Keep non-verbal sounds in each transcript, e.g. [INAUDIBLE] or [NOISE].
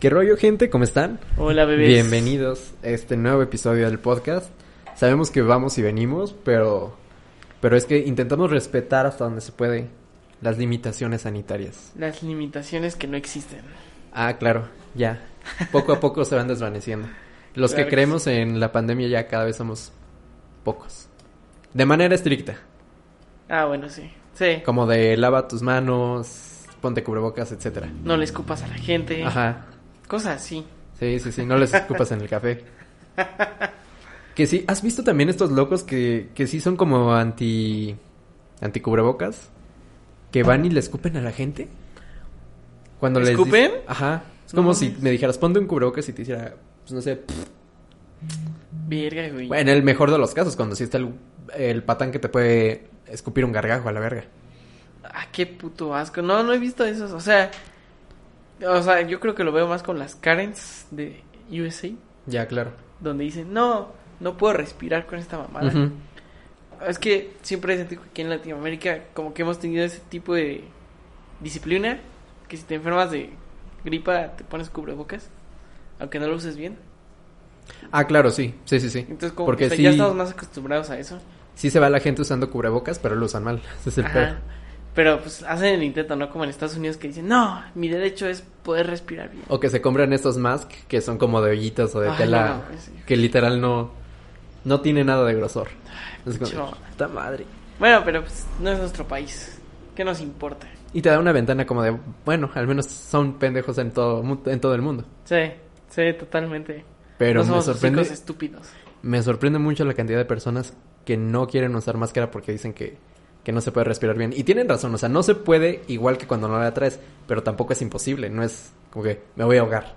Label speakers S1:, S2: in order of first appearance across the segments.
S1: ¿Qué rollo, gente? ¿Cómo están?
S2: Hola, bebés.
S1: Bienvenidos a este nuevo episodio del podcast. Sabemos que vamos y venimos, pero, pero es que intentamos respetar hasta donde se puede las limitaciones sanitarias.
S2: Las limitaciones que no existen.
S1: Ah, claro, ya. Poco a poco se van desvaneciendo. Los
S2: Claro
S1: que
S2: que
S1: creemos en la pandemia ya cada vez somos pocos. De manera estricta,
S2: Ah, bueno, sí. Sí.
S1: como de lava tus manos, ponte cubrebocas, etcétera.
S2: No le escupas a la gente.
S1: Ajá.
S2: Cosas así.
S1: Sí, sí, sí, no les escupas en el café. Que sí, ¿has visto también estos locos que, que sí son como anti anti cubrebocas? Que van y le escupen a la gente. Cuando
S2: ¿Le
S1: les dice-
S2: escupen?
S1: Ajá. Es
S2: No
S1: como si
S2: mames.
S1: me dijeras, "Ponte un cubrebocas" y te hiciera, pues no sé,
S2: Verga, güey.
S1: Bueno, en el mejor de los casos, cuando sí está el, el patán que te puede escupir un gargajo a la verga.
S2: Ah, qué puto asco. No, no he visto esos. O sea. O sea, yo creo que lo veo más con las Karens de USA.
S1: Ya, claro.
S2: Donde dicen, no, no puedo respirar con esta mamada.
S1: Ujú.
S2: Es que siempre he sentido que aquí en Latinoamérica, como que hemos tenido ese tipo de disciplina. Que si te enfermas de gripa, te pones cubrebocas. Aunque no lo uses bien.
S1: Ah, claro, sí. Sí, sí, sí.
S2: Entonces, como
S1: Porque
S2: que o sea,
S1: sí,
S2: ya estamos más acostumbrados a eso.
S1: sí se va la gente usando cubrebocas, pero lo usan mal. [LAUGHS] Ese es el peor.
S2: Ajá. Pero pues hacen el intento, ¿no? Como en Estados Unidos que dicen, no, mi derecho es poder respirar bien.
S1: O que se compran estos masks que son como de hoyitas o de
S2: Ay,
S1: tela
S2: no, pues, ese-
S1: que literal no, no tiene nada de grosor. Es como,
S2: chava.
S1: "Puta madre.
S2: Bueno, pero pues no es nuestro país. ¿Qué nos importa?
S1: Y te da una ventana como de, bueno, al menos son pendejos en todo, mu- en todo el mundo.
S2: Sí, sí, totalmente.
S1: Pero
S2: no
S1: me
S2: somos
S1: sorprende.
S2: chicos estúpidos.
S1: Me sorprende mucho la cantidad de personas que no quieren usar máscara porque dicen que, que no se puede respirar bien. Y tienen razón, o sea, no se puede igual que cuando no la traes, pero tampoco es imposible, no es como que me voy a ahogar.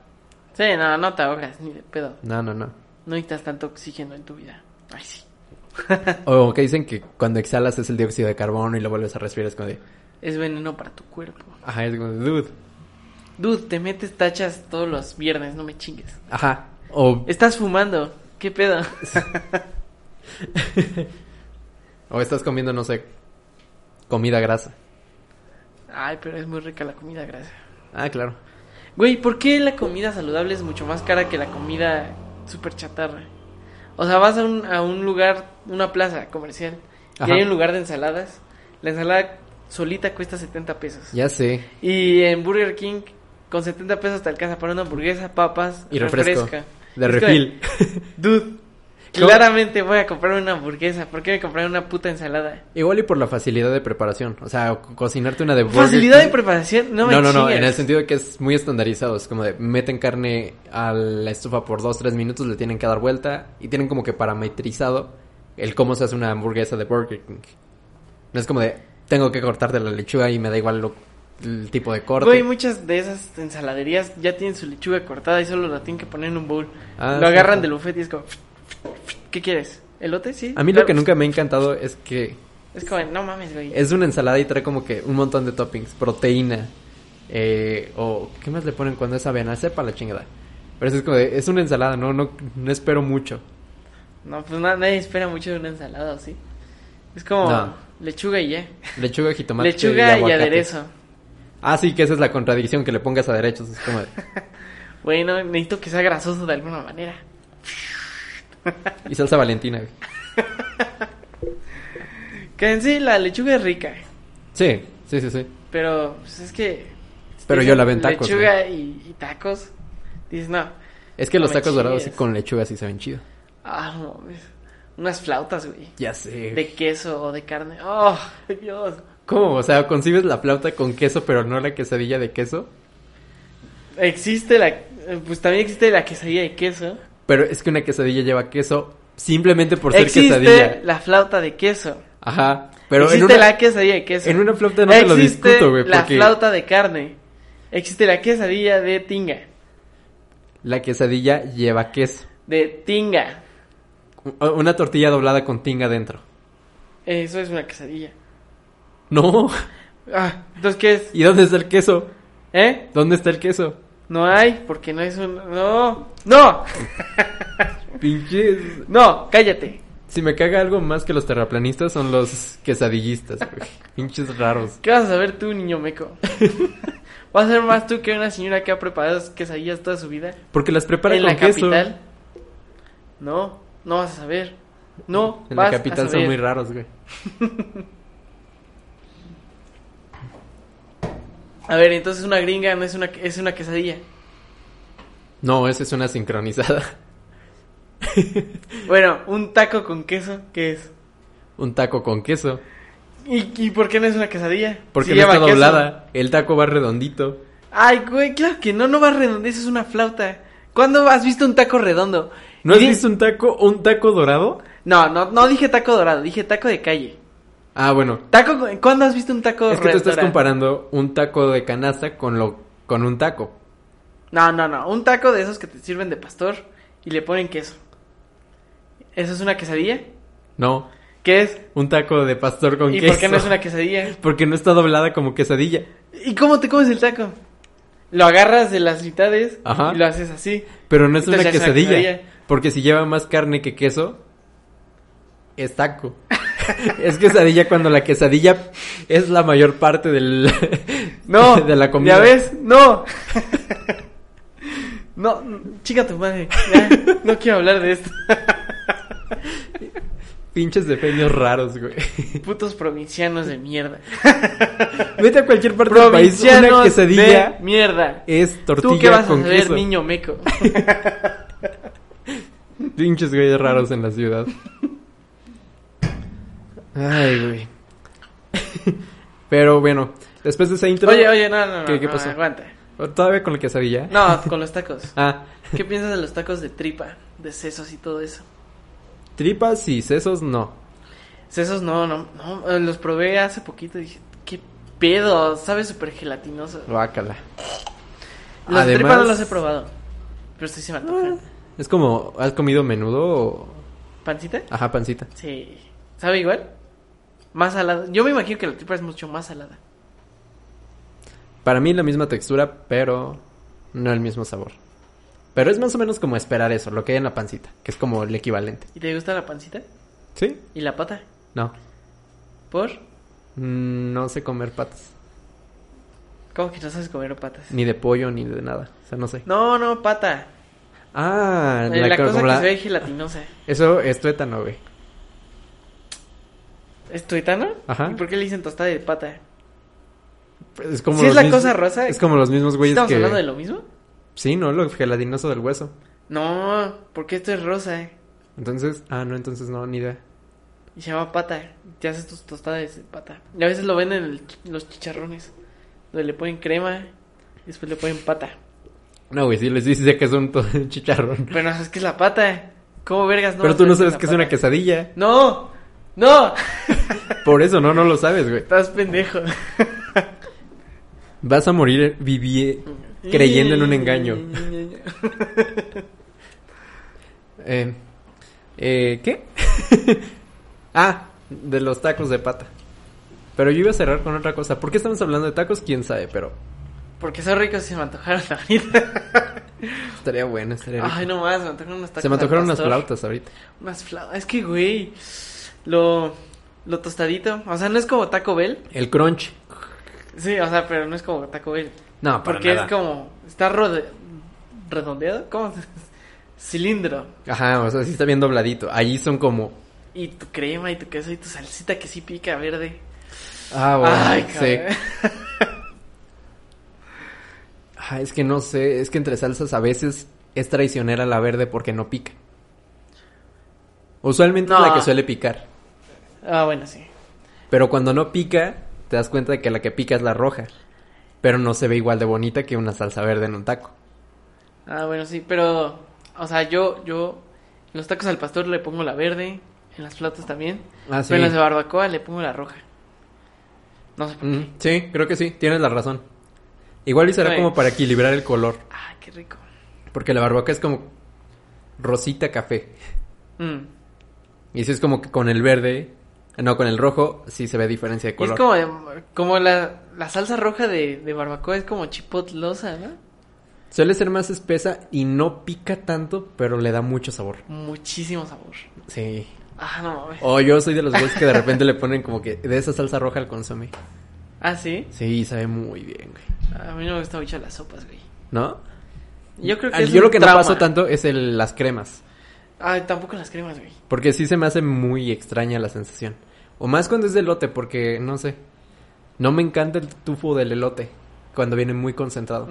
S2: Sí, no, no te ahogas ni de pedo.
S1: No, no, no.
S2: No necesitas tanto oxígeno en tu vida. Ay, sí.
S1: O que dicen que cuando exhalas es el dióxido de carbono y lo vuelves a respirar, es como de,
S2: Es veneno para tu cuerpo.
S1: ajá, es como de, dude,
S2: Dude, te metes tachas todos los viernes, no me chingues.
S1: ajá. O,
S2: Estás fumando. ¿Qué
S1: [LAUGHS]
S2: pedo?
S1: o estás comiendo, no sé, comida grasa.
S2: Ay, pero es muy rica la comida, gracias.
S1: Ah, claro.
S2: Güey, ¿por qué la comida saludable es mucho más cara que la comida super chatarra? O sea, vas a un, a un lugar, una plaza comercial,
S1: Ajá.
S2: y hay un lugar de ensaladas. La ensalada solita cuesta 70 pesos.
S1: Ya sé.
S2: Y en Burger King, con 70 pesos te alcanza para una hamburguesa, papas
S1: Y refresco.
S2: refresca.
S1: De
S2: Es que,
S1: refil.
S2: Dude, claramente voy a comprar una hamburguesa. ¿Por qué me compraré una puta ensalada?
S1: Igual y por la facilidad de preparación. O sea, co- cocinarte una de Burger
S2: Facilidad de
S1: King-
S2: preparación, no
S1: No,
S2: me
S1: no, no,
S2: chingues.
S1: en el sentido que es muy estandarizado, es como de meten carne a la estufa por dos, tres minutos, le tienen que dar vuelta y tienen como que parametrizado el cómo se hace una hamburguesa de Burger King. No es como de tengo que cortarte la lechuga y me da igual lo- el tipo de corte.
S2: Güey, muchas de esas ensaladerías ya tienen su lechuga cortada y solo la tienen que poner en un bowl.
S1: Ah,
S2: lo
S1: sí,
S2: agarran
S1: sí.
S2: del buffet y es como... ¿Qué quieres? ¿Elote? Sí.
S1: a mí lo
S2: claro. pues,
S1: que nunca me ha encantado es que
S2: Es como, no mames, güey.
S1: es una ensalada y trae como que un montón de toppings, proteína eh, o qué más le ponen cuando es avena, sepa la chingada. Pero eso es como de, es una ensalada, no no no espero mucho.
S2: No, pues na- nadie espera mucho de una ensalada, ¿o ¿sí? Es como
S1: No.
S2: lechuga y ya.
S1: Lechuga, jitomate
S2: lechuga y,
S1: aguacate.
S2: aderezo.
S1: Ah, sí, que esa es la contradicción, que le pongas aderechos. Es como de-
S2: Güey, no, necesito que sea grasoso de alguna manera.
S1: Y salsa valentina. güey.
S2: Que en sí la lechuga es rica,
S1: Sí, sí, sí, sí.
S2: pero pues, es que...
S1: Pero yo la veo en tacos,
S2: Lechuga y, y tacos. Dices, no.
S1: Es que
S2: No
S1: los
S2: me
S1: tacos dorados sí,
S2: chingues.
S1: con lechuga sí se ven chido.
S2: Ah, no mames. Unas flautas, güey.
S1: Ya sé.
S2: De queso o de carne. ¡Oh, Dios!
S1: ¿Cómo? O sea, concibes la flauta con queso, pero no la quesadilla de queso.
S2: Existe la... eh, Pues también existe la quesadilla de queso.
S1: Pero es que una quesadilla lleva queso simplemente por ser
S2: existe
S1: quesadilla.
S2: la flauta de queso.
S1: Ajá. Pero en
S2: existe
S1: una,
S2: la quesadilla de queso.
S1: en una flauta no te lo
S2: Existe
S1: discuto, güey.
S2: la
S1: porque
S2: flauta de carne. Existe la quesadilla de tinga.
S1: La quesadilla lleva queso.
S2: De tinga.
S1: U- Una tortilla doblada con tinga dentro.
S2: Eso es una quesadilla.
S1: No.
S2: Ah, entonces, ¿qué es?
S1: ¿Y dónde está el queso?
S2: ¿Eh?
S1: ¿Dónde está el queso?
S2: No hay, porque no es un... No, no,
S1: Pinches.
S2: no, cállate.
S1: Si me caga algo más que los terraplanistas son los quesadillistas, güey. Pinches raros.
S2: ¿Qué vas a saber tú, niño meco? [LAUGHS] ¿Vas a ser más tú que una señora que ha preparado quesadillas toda su vida?
S1: Porque las preparan
S2: ¿En
S1: con
S2: la
S1: queso.
S2: capital? No, no vas a saber. No,
S1: En la
S2: vas
S1: capital
S2: a
S1: son
S2: saber.
S1: muy raros, güey.
S2: A ver, entonces una gringa no es una, es una quesadilla.
S1: No, esa es una sincronizada. [LAUGHS]
S2: Bueno, un taco con queso, ¿qué es?
S1: Un taco con queso.
S2: ¿Y, y por qué no es una quesadilla?
S1: Porque
S2: Si
S1: no
S2: lleva
S1: está
S2: queso.
S1: doblada. El taco va redondito.
S2: Ay, güey, claro que no, no va redondo, eso es una flauta. ¿Cuándo has visto un taco redondo?
S1: ¿No has
S2: Di-
S1: visto un taco, un taco dorado?
S2: No, no, no dije taco dorado, dije taco de calle.
S1: Ah, bueno.
S2: Taco, con- ¿cuándo has visto un taco
S1: Es que tú estás
S2: dorado?
S1: comparando un taco de canasta con lo con un taco.
S2: No, no, no, un taco de esos que te sirven de pastor y le ponen queso. ¿Eso es una quesadilla?
S1: No,
S2: ¿Qué es?
S1: un taco de pastor con
S2: ¿Y
S1: queso.
S2: por qué no es una quesadilla?
S1: [LAUGHS] Porque no está doblada como quesadilla.
S2: ¿Y cómo te comes el taco? Lo agarras de las mitades
S1: Ajá.
S2: y lo
S1: [LAUGHS]
S2: haces así.
S1: Pero no es una
S2: Entonces ya es una
S1: quesadilla,
S2: quesadilla.
S1: Porque si lleva más carne que queso, es taco. [LAUGHS] es quesadilla cuando la quesadilla es la mayor parte del, [LAUGHS]
S2: No,
S1: de la comida.
S2: ¿Ya ves? No. [LAUGHS] no, chica tu madre. Ya, no quiero hablar de esto.
S1: Pinches defenios raros, güey. [LAUGHS]
S2: Putos provincianos de mierda.
S1: Vete a cualquier parte del país. Una
S2: Provincianos de
S1: quesadilla
S2: mierda.
S1: es tortilla
S2: ¿Tú qué vas a
S1: con
S2: saber,
S1: queso.
S2: niño
S1: [LAUGHS]
S2: meco?
S1: Pinches güeyes raros en la ciudad. Ay, güey. Pero bueno, después de esa intro.
S2: Oye, oye, no, no, no.
S1: ¿Qué- qué
S2: no,
S1: pasó?
S2: Aguanta.
S1: Todavía con la quesadilla.
S2: No, con los tacos.
S1: Ah,
S2: ¿Qué piensas de los tacos de tripa? De sesos y todo eso.
S1: tripas y sesos no.
S2: Sesos Pues no, no, no. eh, Los probé hace poquito y dije, ¿qué pedo? Sabe súper gelatinoso.
S1: Bácala.
S2: Los
S1: Además-
S2: de
S1: Ah.
S2: tripa no los he probado. Pero sí se me antojan.
S1: Es como, ¿has comido menudo o...
S2: ¿Pancita?
S1: Ajá, pancita?
S2: Sí. ¿Sabe igual? Más salada. Yo me imagino que la tripa es mucho más salada.
S1: Para mí la misma textura, pero no el mismo sabor. Pero es más o menos como esperar eso, lo que hay en la pancita, que es como el equivalente.
S2: ¿Y te gusta la pancita?
S1: ¿Sí?
S2: ¿Y la pata?
S1: No.
S2: ¿Por?
S1: Mm, No sé comer patas.
S2: ¿Cómo que no sabes comer patas?
S1: Ni de pollo, ni de nada. O sea, no sé.
S2: No, no, pata.
S1: Ah,
S2: Eh, La,
S1: co-
S2: cosa
S1: como
S2: que
S1: la-
S2: se ve gelatinosa.
S1: Eso es tuétano, güey.
S2: ¿Es tuetano?
S1: Ajá.
S2: ¿Y por qué le dicen tostada de pata?
S1: Pues Es como
S2: Sí, es
S1: los
S2: la
S1: mis-
S2: cosa rosa.
S1: Es como los mismos güeyes
S2: ¿Estamos
S1: que...
S2: hablando de lo mismo?
S1: Sí, ¿no? Lo gelatinoso del hueso.
S2: No, porque esto es rosa. eh,
S1: Entonces... Ah, no, entonces no, ni idea.
S2: Y se llama pata. ¿eh? Te haces tus tostadas de pata. Y a veces lo venden en el chi- los chicharrones. Donde le ponen crema. Y después le ponen pata.
S1: No, güey, sí les dice que es un [LAUGHS] to- chicharrón.
S2: Pero no sabes qué es la pata. ¿eh? ¿Cómo vergas no?
S1: Pero
S2: vas
S1: tú
S2: a
S1: no
S2: saber
S1: sabes que es una
S2: pata?
S1: quesadilla.
S2: No, no.
S1: Por eso no, no lo sabes, güey.
S2: Estás pendejo.
S1: Vas a morir vivi- [LAUGHS] creyendo en un engaño. Eh, eh, ¿Qué? [LAUGHS] ah, de los tacos de pata. Pero yo iba a cerrar con otra cosa. ¿Por qué estamos hablando de tacos? ¿Quién sabe? Pero
S2: [LAUGHS] Porque son ricos y se me antojaron ahorita.
S1: estaría bueno, estaría rico.
S2: Ay, no más, se me antojaron unos tacos.
S1: Se me
S2: al
S1: antojaron unas
S2: pastor.
S1: flautas ahorita.
S2: Unas flautas. Es que, güey, lo, lo tostadito. O sea, no es como Taco Bell.
S1: El crunch.
S2: Sí, o sea, pero no es como Taco Bell.
S1: No, para
S2: Porque
S1: nada.
S2: es como. Está rode- redondeado. ¿Cómo? se- [LAUGHS] Cilindro.
S1: Ajá, o sea, sí está bien dobladito. Allí son como...
S2: Y tu crema y tu queso y tu salsita que sí pica verde.
S1: Ah, bueno,
S2: Ay,
S1: sí.
S2: cabrón.
S1: Ah, es que no sé, es que entre salsas a veces es traicionera la verde porque no pica. Usualmente es
S2: No.
S1: la que suele picar,
S2: Ah, bueno, sí.
S1: pero cuando no pica te das cuenta de que la que pica es la roja, pero no se ve igual de bonita que una salsa verde en un taco.
S2: Ah, bueno, sí, pero. O sea, yo, yo. En los tacos al pastor le pongo la verde. En las flautas también.
S1: Ah, sí.
S2: Pero en las de barbacoa le pongo la roja. No sé por qué.
S1: Mm, sí, creo que sí, tienes la razón. Igual y será
S2: Ay.
S1: como para equilibrar el color.
S2: Ah, qué rico.
S1: Porque la barbacoa es como rosita café.
S2: Mm.
S1: Y si es como que con el verde, no, con el rojo, sí se ve diferencia de
S2: Y es
S1: color.
S2: como, de- como la, la salsa roja de, de barbacoa es como chipotlosa, ¿no?
S1: Suele ser más espesa y no pica tanto, pero le da mucho sabor.
S2: Muchísimo sabor.
S1: Sí.
S2: Ah, no mames.
S1: O yo soy de los güeyes que de repente le ponen como que de esa salsa roja al consomé.
S2: Ah, sí.
S1: Sí, sabe muy bien, güey.
S2: A mí no me gustan mucho las sopas, güey.
S1: ¿No?
S2: Yo creo que
S1: Ah,
S2: es
S1: yo
S2: un
S1: lo que no
S2: trauma.
S1: paso tanto es el, las cremas.
S2: Ah, tampoco las cremas, güey.
S1: Porque sí se me hace muy extraña la sensación. O más cuando es de elote, porque no sé. No me encanta el tufo del elote. Cuando viene muy concentrado.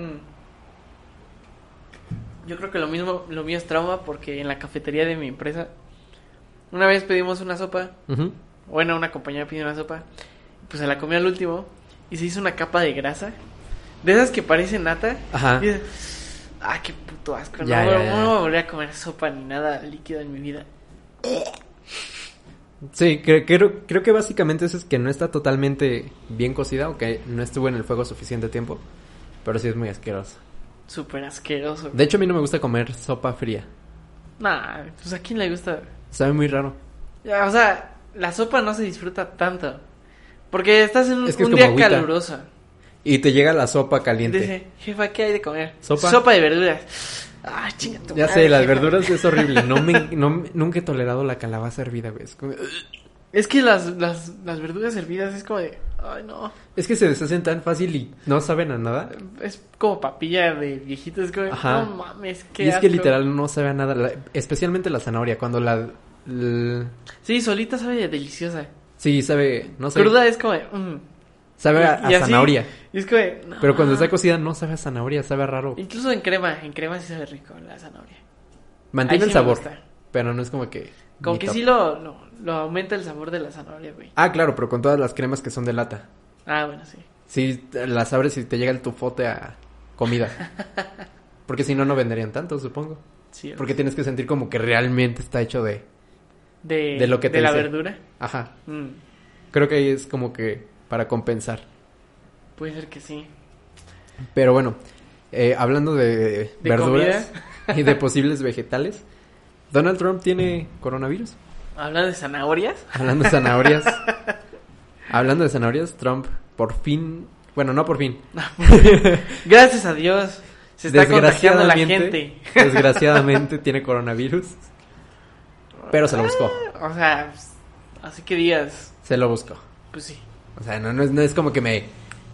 S2: Mm. Yo creo que lo mismo, lo mío es trauma porque en la cafetería de mi empresa una vez pedimos una sopa,
S1: Ujú.
S2: bueno, una compañera pidió una sopa, pues se la comió al último y se hizo una capa de grasa, de esas que parecen nata.
S1: Ajá.
S2: Y dices, ah, qué puto asco,
S1: Ya,
S2: no,
S1: ya,
S2: no
S1: ya.
S2: voy a volver a comer sopa ni nada líquido en mi vida.
S1: Sí, cre- creo, creo que básicamente eso es que no está totalmente bien cocida o que no estuvo en el fuego suficiente tiempo. Pero sí es muy asqueroso.
S2: Súper asqueroso.
S1: De hecho, a mí no me gusta comer sopa fría.
S2: Nah, pues a quién le gusta.
S1: Sabe muy raro.
S2: Ya, o sea, la sopa no se disfruta tanto. Porque estás en un,
S1: Es que es
S2: un
S1: como
S2: día
S1: agüita.
S2: caluroso.
S1: Y te llega la sopa
S2: Y
S1: caliente.
S2: te dice, jefa, ¿qué hay de comer?
S1: ¿Sopa?
S2: de verduras. Ah, chinga tu
S1: Ya
S2: madre,
S1: sé, las
S2: jefa.
S1: verduras es horrible. No me, no me- nunca he tolerado la calabaza hervida, güey. Es, como-
S2: Es que las, las, las verduras hervidas es como de. Ay, no.
S1: es que se deshacen tan fácil y no saben a nada.
S2: Es como papilla de viejito. Es como.
S1: Ajá.
S2: No mames, qué
S1: Y es que
S2: asco".
S1: literal no sabe a nada. La- especialmente la zanahoria, cuando la... l-
S2: Sí, solita sabe de deliciosa.
S1: sí, sabe... No sé.
S2: Cruda es como de. mm.
S1: Sabe a,
S2: Y- y
S1: a
S2: así-
S1: zanahoria.
S2: Y es como de. "No
S1: Pero cuando está
S2: mames".
S1: cocida no sabe a zanahoria, sabe a raro.
S2: Incluso en crema. En crema sí sabe rico la zanahoria.
S1: Mantiene
S2: Ahí
S1: el
S2: sí me
S1: sabor,
S2: gusta.
S1: pero no es como que...
S2: Como
S1: mi
S2: que
S1: top.
S2: sí lo, lo, lo aumenta el sabor de la zanahoria, güey.
S1: Ah, claro, pero con todas las cremas que son de lata.
S2: Ah, bueno, sí.
S1: Sí, te- las abres y te llega el tufote a
S2: [LAUGHS]
S1: comida. Porque si no, no venderían tanto, supongo.
S2: sí
S1: Porque tienes que sentir como que realmente está hecho de...
S2: de,
S1: de lo que te
S2: de la
S1: dice.
S2: verdura.
S1: Ajá.
S2: Mm,
S1: Creo que ahí es como que para compensar.
S2: puede ser que sí.
S1: Pero bueno, eh, hablando de,
S2: De
S1: verduras y de posibles vegetales, Donald Trump tiene coronavirus.
S2: Hablando de zanahorias.
S1: Hablando de
S2: [LAUGHS]
S1: zanahorias. hablando de zanahorias, Trump por fin. Bueno, no por fin.
S2: Gracias a Dios. Se está contagiando la
S1: desgraciadamente-
S2: gente.
S1: [LAUGHS]
S2: [LAUGHS]
S1: Desgraciadamente tiene coronavirus. Pero se lo buscó.
S2: O sea, pues, así que digas,
S1: Se lo buscó.
S2: pues sí.
S1: O sea, no, no, es, no es como que me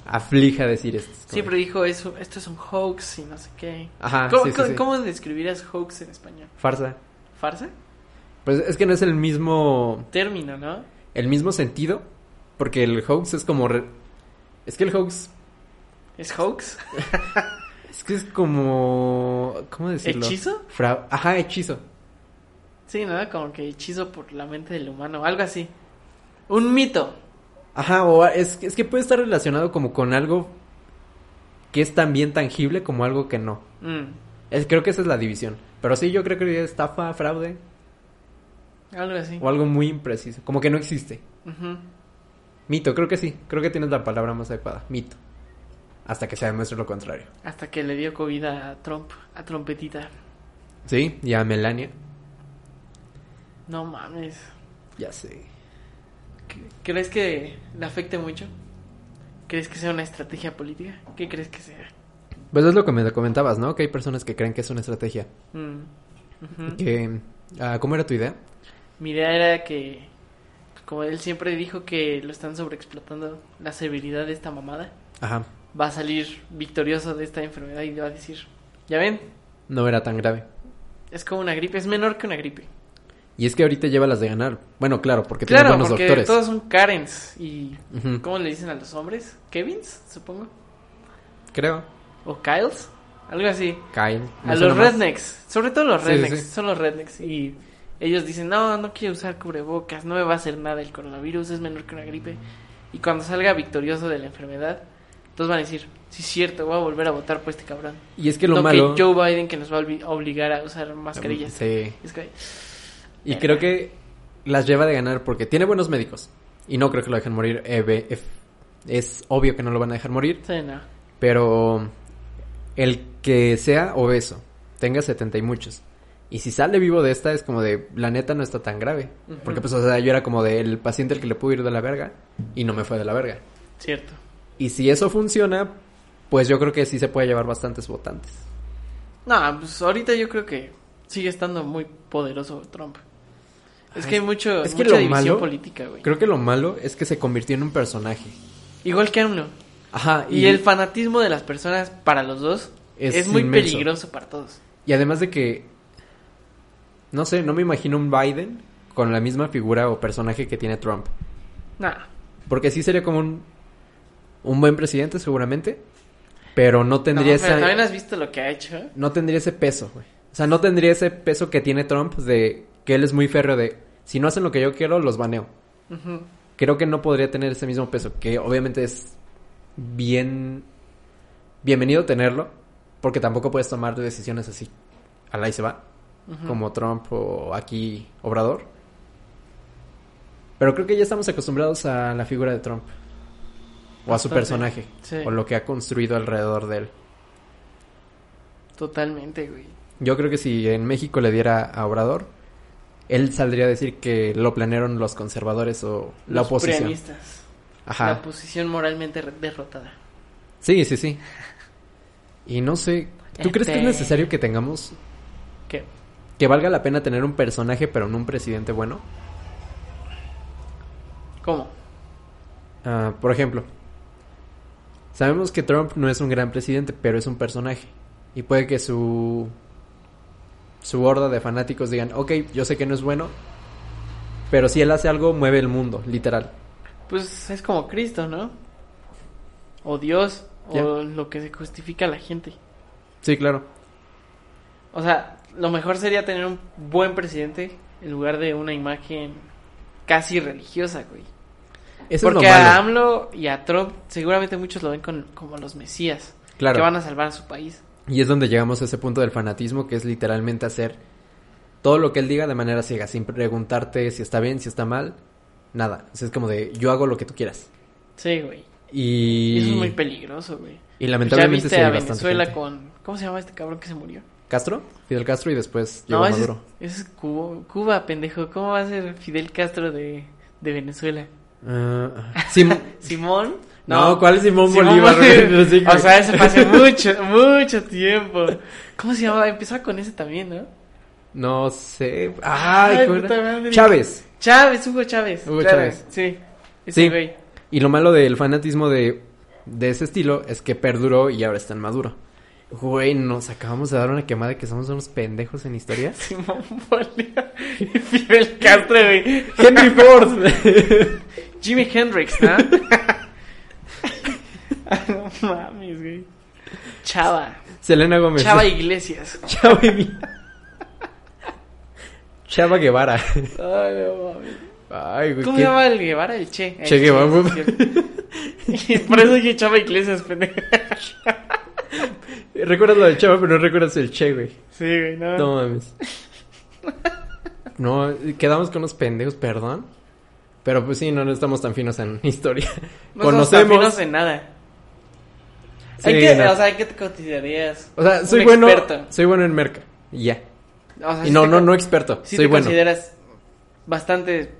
S1: aflija decir esto. Es como-
S2: Siempre dijo eso, esto es un hoax y no sé qué.
S1: Ajá,
S2: ¿Cómo,
S1: Ah, sí, sí,
S2: cómo-
S1: sí.
S2: cómo describirías hoax en español?
S1: Farsa.
S2: ¿Farsa?
S1: Pues es que no es el mismo.
S2: Término, ¿no?
S1: El mismo sentido. Porque el hoax es como. re- Es que el hoax.
S2: ¿Es hoax? [LAUGHS]
S1: Es que es como. ¿Cómo decirlo?
S2: ¿Hechizo?
S1: Fra- Ajá, hechizo.
S2: Sí, ¿no? Como que hechizo por la mente del humano, algo así. Un mito.
S1: Ajá, o a- es, es que puede estar relacionado como con algo que es también tangible como algo que no.
S2: Mm,
S1: Es- creo que esa es la división. Pero sí, yo creo que es estafa, fraude
S2: algo así.
S1: o algo muy impreciso. Como que no existe.
S2: Ujú.
S1: Mito, creo que sí. Creo que tienes la palabra más adecuada. Mito. Hasta que se demuestre lo contrario.
S2: Hasta que le dio COVID a Trump, a Trompetita.
S1: Sí, y a Melania.
S2: No mames.
S1: Ya sé.
S2: ¿Crees que le afecte mucho? ¿Crees que sea una estrategia política? ¿Qué crees que sea?
S1: Pues es lo que me comentabas, ¿no? Que hay personas que creen que es una estrategia.
S2: Mm. Ujú.
S1: Que, ah, ¿Cómo era tu idea?
S2: Mi idea era que, como él siempre dijo que lo están sobreexplotando, la severidad de esta mamada,
S1: Ajá.
S2: va a salir victorioso de esta enfermedad y va a decir, ya ven,
S1: No era tan grave.
S2: es como una gripe, es menor que una gripe.
S1: Y es que ahorita lleva las de ganar. Bueno, claro, porque tiene
S2: claro,
S1: buenos
S2: porque
S1: doctores. Mm.
S2: todos son Karens y,
S1: Ujú.
S2: ¿cómo le dicen a los hombres? Kevins, supongo.
S1: Creo.
S2: O Kyles, algo así.
S1: Kyle.
S2: A los rednecks, sobre todo los
S1: Sí, sí,
S2: rednecks,
S1: sí.
S2: son los rednecks. Y ellos dicen, no, no quiero usar cubrebocas, no me va a hacer nada el coronavirus, es menor que una gripe. Y cuando salga victorioso de la enfermedad, todos van a decir, sí es cierto, voy a volver a votar por este cabrón.
S1: Y es que lo
S2: no
S1: malo.
S2: que Joe Biden que nos va a obli- obligar a usar mascarillas.
S1: Sí.
S2: Es que-
S1: Y creo que las lleva de ganar porque tiene buenos médicos. Y no creo que lo dejen morir. eh, ve- ef- Es obvio que no lo van a dejar morir.
S2: sí, no.
S1: Pero el que sea obeso, tenga 70 y muchos, y si sale vivo de esta es como de, la neta no está tan grave. Porque pues, o sea, yo era como del paciente al que le pudo ir de la verga y no me fue de la verga.
S2: Cierto.
S1: Y si eso funciona, pues yo creo que sí se puede llevar bastantes votantes.
S2: No, pues ahorita yo creo que sigue estando muy poderoso Trump. Es
S1: Ay,
S2: que hay mucho,
S1: es que
S2: mucha
S1: lo
S2: división
S1: malo-
S2: política, güey.
S1: Creo que lo malo es que se convirtió en un personaje.
S2: Igual que AMLO.
S1: Ajá.
S2: Y el fanatismo de las personas para los dos
S1: Es
S2: es, muy
S1: inmenso.
S2: peligroso para todos.
S1: Y además de que, no sé, no me imagino un Biden con la misma figura o personaje que tiene Trump.
S2: Nah.
S1: Porque sí sería como un, un buen presidente seguramente, pero no tendría
S2: No, pero
S1: esa-
S2: también has visto lo que ha hecho. ¿eh?
S1: no tendría ese peso, güey. O sea, no tendría ese peso que tiene Trump de que él es muy férreo de si no hacen lo que yo quiero, los baneo.
S2: Ujú.
S1: Creo que no podría tener ese mismo peso, que obviamente es bien bienvenido tenerlo, porque tampoco puedes tomar decisiones así. Alá y se va, como Trump o aquí Obrador. Pero creo que ya estamos acostumbrados a la figura de Trump. O a su
S2: Bastante,
S1: personaje.
S2: sí.
S1: O lo que ha construido alrededor de él.
S2: Totalmente, güey.
S1: Yo creo que si en México le diera a Obrador, él saldría a decir que lo planearon los conservadores o la
S2: Los
S1: oposición.
S2: prianistas. La
S1: Ajá.
S2: oposición moralmente re- derrotada.
S1: Sí, sí, sí. Y no sé, ¿tú crees que es
S2: Este-
S1: necesario que tengamos,
S2: ¿Qué?
S1: que valga la pena tener un personaje pero no un presidente bueno?
S2: ¿Cómo?
S1: Ah, por ejemplo, sabemos que Trump no es un gran presidente, pero es un personaje. Y puede que su, su horda de fanáticos digan, ok, yo sé que no es bueno, pero si él hace algo, mueve el mundo, literal.
S2: Pues es como Cristo, ¿no? O Dios,
S1: Ya.
S2: o lo que se justifica a la gente.
S1: Sí, claro.
S2: O sea, lo mejor sería tener un buen presidente en lugar de una imagen casi religiosa, güey.
S1: Eso
S2: Porque
S1: es lo
S2: a
S1: malo.
S2: AMLO y a Trump seguramente muchos lo ven con- como los mesías,
S1: Claro.
S2: que van a salvar a su país.
S1: Y es donde llegamos a ese punto del fanatismo, que es literalmente hacer todo lo que él diga de manera ciega, sin preguntarte si está bien, si está mal, nada. O sea, es como de, yo hago lo que tú quieras.
S2: Sí, güey.
S1: Y,
S2: Y eso es muy peligroso, güey.
S1: y
S2: Ya
S1: lamentablemente
S2: viste
S1: sí hay
S2: a
S1: bastante
S2: Venezuela
S1: gente.
S2: con... ¿Cómo se llama este cabrón que se murió?
S1: Castro, Fidel Castro y después llegó
S2: no, ese es, [LAUGHS]
S1: Maduro.
S2: ese es Cuba, Cuba, pendejo. ¿Cómo va a ser Fidel Castro de, de Venezuela?
S1: Ah, Sim-
S2: ¿Simón?
S1: no, ¿cuál es Simón,
S2: Simón
S1: Bolívar? [LAUGHS]
S2: Bolívar.
S1: Sí, güey.
S2: o sea, eso fue hace mucho, mucho tiempo. ¿Cómo se llamaba? Empezaba con ese también, ¿no?
S1: No sé. Ay,
S2: Ay,
S1: ¿cómo era?
S2: puta madre.
S1: Chávez.
S2: Chávez, Hugo Chávez.
S1: Hugo
S2: claro,
S1: Chávez.
S2: Sí. Ese
S1: Sí.
S2: güey.
S1: Y lo malo del fanatismo de, de ese estilo es que perduró y ahora está en Maduro. Güey, nos acabamos de dar una quemada de que somos unos pendejos en historia.
S2: Simón Bolívar y Fidel Castro, güey.
S1: [LAUGHS] Henry Ford.
S2: Jimi Hendrix, ¿no? Ay, no mames, güey. Chava.
S1: [LAUGHS] Selena Gómez. [LAUGHS]
S2: Chava Iglesias.
S1: Chava y- Chava Guevara.
S2: Ay, no mames.
S1: Ay, güey.
S2: ¿Cómo
S1: qué-
S2: se llama el Guevara? El Che. El
S1: Pues Che Guevara, güey.
S2: sí, [LAUGHS] es cierto. Por eso dije Chava Iglesias, pendejo.
S1: Recuerdas lo de Chava, pero no recuerdas el Che, güey.
S2: Sí, güey, no.
S1: No mames. No, quedamos con unos pendejos, perdón. Pero pues sí, no, no estamos tan finos en historia.
S2: No
S1: Conocemos.
S2: No sé nada.
S1: Sí,
S2: hay que,
S1: no.
S2: O sea, ¿qué te cotizarías?
S1: O sea, soy
S2: Un
S1: bueno.
S2: experto.
S1: Soy bueno en merca. Y Ya.
S2: O sea,
S1: Y
S2: si
S1: no,
S2: te
S1: no,
S2: con-
S1: no experto.
S2: Si
S1: soy
S2: te
S1: bueno.
S2: consideras bastante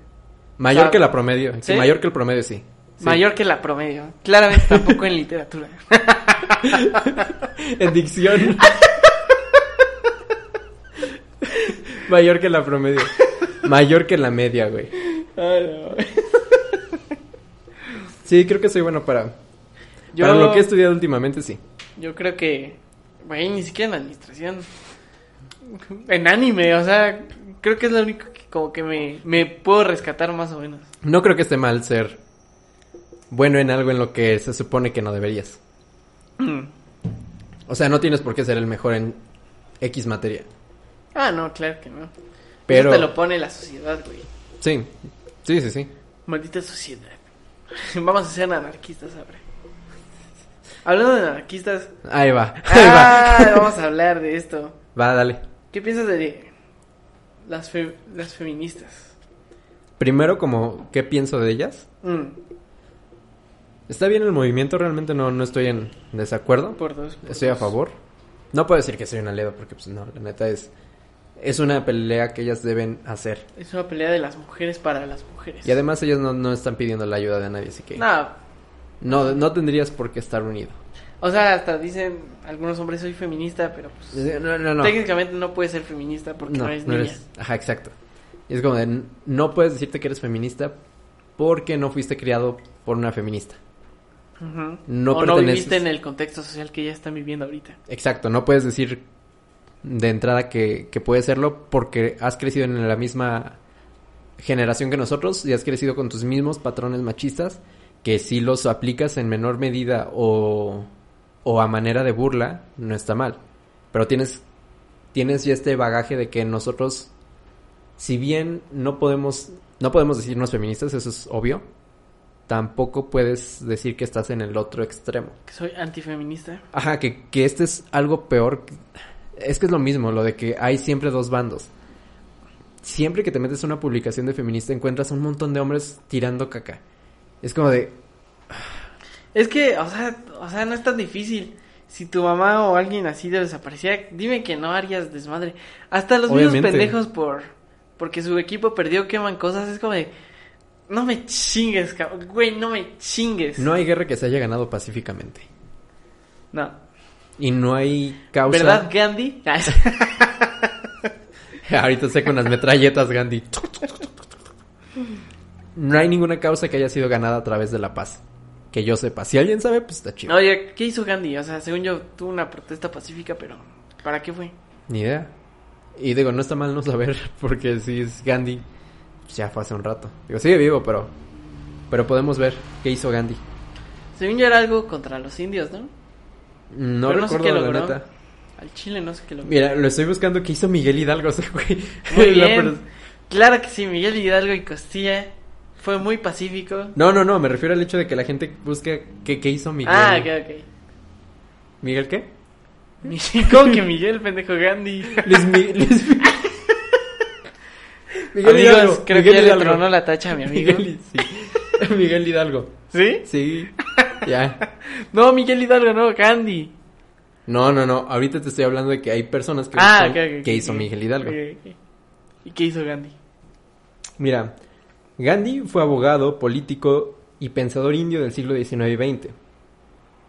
S1: Mayor
S2: Sab-
S1: que la promedio. Sí,
S2: Ah. ¿Sí?
S1: mayor que el promedio, sí. Sí.
S2: mayor que la promedio. Claramente tampoco en literatura.
S1: [LAUGHS] En dicción. [LAUGHS] mayor que la promedio. Mayor que la media, güey. Sí, creo que soy bueno para.
S2: Yo,
S1: Para lo que he estudiado últimamente, sí.
S2: yo creo que, güey, ni siquiera en administración. En anime, o sea, creo que es lo único que como que me, me puedo rescatar más o menos.
S1: No creo que esté mal ser bueno en algo en lo que se supone que no deberías.
S2: Mm.
S1: O sea, no tienes por qué ser el mejor en X materia.
S2: Ah, no, claro que no.
S1: Pero-
S2: Pero... Eso te lo pone la sociedad, güey.
S1: Sí, sí, sí, sí.
S2: Maldita sociedad. [LAUGHS] Vamos a ser anarquistas ahora. Hablando de anarquistas,
S1: Ahí va, [LAUGHS] ahí
S2: ah, vamos a hablar de esto.
S1: va. Va, dale.
S2: ¿Qué piensas de las, fe- las feministas?
S1: Mm. Primero, como, ¿qué pienso de ellas?
S2: Mm,
S1: Está bien el movimiento, realmente no, no estoy en desacuerdo.
S2: Por dos. por
S1: Estoy a
S2: dos.
S1: favor. No puedo decir que soy una leda porque pues no, la neta es es una pelea que ellas deben hacer.
S2: Es una pelea de las mujeres para las mujeres.
S1: Y además ellas no, no están pidiendo la ayuda de nadie, así que
S2: Nada.
S1: no no tendrías por qué estar unido.
S2: O sea, hasta dicen algunos hombres soy feminista, pero pues,
S1: No, no, no.
S2: técnicamente no puedes ser feminista porque no,
S1: no,
S2: eres
S1: no
S2: niña.
S1: eres- Ajá, exacto. Y es como de, n- no puedes decirte que eres feminista porque no fuiste criado por una feminista.
S2: Ujú.
S1: No
S2: o no
S1: perteneces-
S2: viviste en el contexto social que ya están viviendo ahorita.
S1: Exacto, no puedes decir de entrada que, que puedes serlo porque has crecido en la misma generación que nosotros y has crecido con tus mismos patrones machistas que si los aplicas en menor medida o, o a manera de burla no está mal. Pero tienes, tienes ya este bagaje de que nosotros, si bien no podemos, no podemos decirnos feministas, eso es obvio, tampoco puedes decir que estás en el otro extremo.
S2: Que soy antifeminista.
S1: Ajá, que, que este es algo peor. que- Es que es lo mismo, lo de que hay siempre dos bandos. Siempre que te metes a una publicación de feminista encuentras un montón de hombres tirando caca. Es como de...
S2: Es que, o sea, o sea, no es tan difícil. Si tu mamá o alguien así de desaparecía, dime que no harías desmadre. Hasta los mismos
S1: Obviamente.
S2: pendejos por porque su equipo perdió queman cosas, es como de no me chingues, cabrón. güey, no me chingues.
S1: No hay guerra que se haya ganado pacíficamente.
S2: No.
S1: Y no hay causa...
S2: ¿Verdad, Gandhi? Ah, es-
S1: [LAUGHS] Ahorita sé con las metralletas, Gandhi. No hay ninguna causa que haya sido ganada a través de la paz. Que yo sepa. Si alguien sabe, pues está chido.
S2: no, oye, ¿qué hizo Gandhi? O sea, según yo tuvo una protesta pacífica, pero ¿para qué fue?
S1: Ni idea. Y digo, no está mal no saber, [LAUGHS] porque si es Gandhi, pues ya fue hace un rato. Digo, sigue vivo, pero. Pero podemos ver qué hizo Gandhi.
S2: Según yo era algo contra los indios, ¿no?
S1: No
S2: Pero no sé
S1: recuerdo
S2: qué
S1: la
S2: logró.
S1: neta.
S2: Al Chile no sé qué lo
S1: Mira, lo estoy buscando qué hizo Miguel Hidalgo [LAUGHS] ese güey. [LAUGHS]
S2: Muy
S1: La
S2: bien.
S1: pers-
S2: Claro que sí, Miguel Hidalgo y Costilla fue muy pacífico.
S1: No, no, no, me refiero al hecho de que la gente busque qué, qué hizo Miguel.
S2: Ah, ok, ok.
S1: ¿Miguel qué? [LAUGHS]
S2: Miguel- ¿Cómo que Miguel, pendejo Gandhi?
S1: Luis Mi- [LAUGHS] Luis- Miguel
S2: Amigos,
S1: Hidalgo,
S2: creo
S1: Miguel
S2: que ya
S1: Hidalgo.
S2: le tronó la tacha a mi amigo.
S1: [LAUGHS] Miguel, Hi- sí. [LAUGHS] Miguel Hidalgo.
S2: ¿Sí?
S1: Sí. Ya.
S2: No, Miguel Hidalgo, no, Gandhi.
S1: No, no, no. Ahorita te estoy hablando de que hay personas que,
S2: ah,
S1: son-
S2: ok, ok, ok,
S1: que hizo
S2: ok.
S1: Miguel Hidalgo.
S2: Ok, ok. ¿Y qué hizo Gandhi?
S1: Mira, Gandhi fue abogado, político y pensador indio del siglo XIX y XX.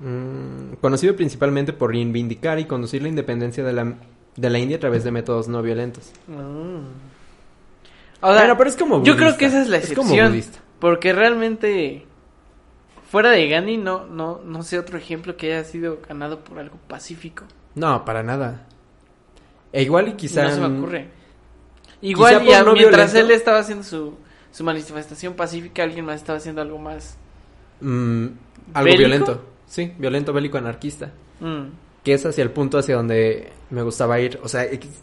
S1: Mm, conocido principalmente por reivindicar y conducir la independencia de la, de la India a través de métodos no violentos.
S2: O sea,
S1: Mm. Bueno, pero es como
S2: yo creo
S1: budista.
S2: que esa es la
S1: Es como
S2: excepción.
S1: budista.
S2: porque realmente, fuera de Gandhi, no, no, no sé otro ejemplo que haya sido ganado por algo pacífico.
S1: No, para nada. E igual y quizá...
S2: no se me ocurre. Igual
S1: Igual
S2: ya
S1: no
S2: mientras
S1: violento.
S2: él estaba haciendo su, su manifestación pacífica, alguien más estaba haciendo algo más.
S1: mm, algo
S2: ¿Bélico?
S1: violento. Sí, violento, bélico, anarquista.
S2: Mm.
S1: que es hacia el punto hacia donde me gustaba ir. O sea, ex-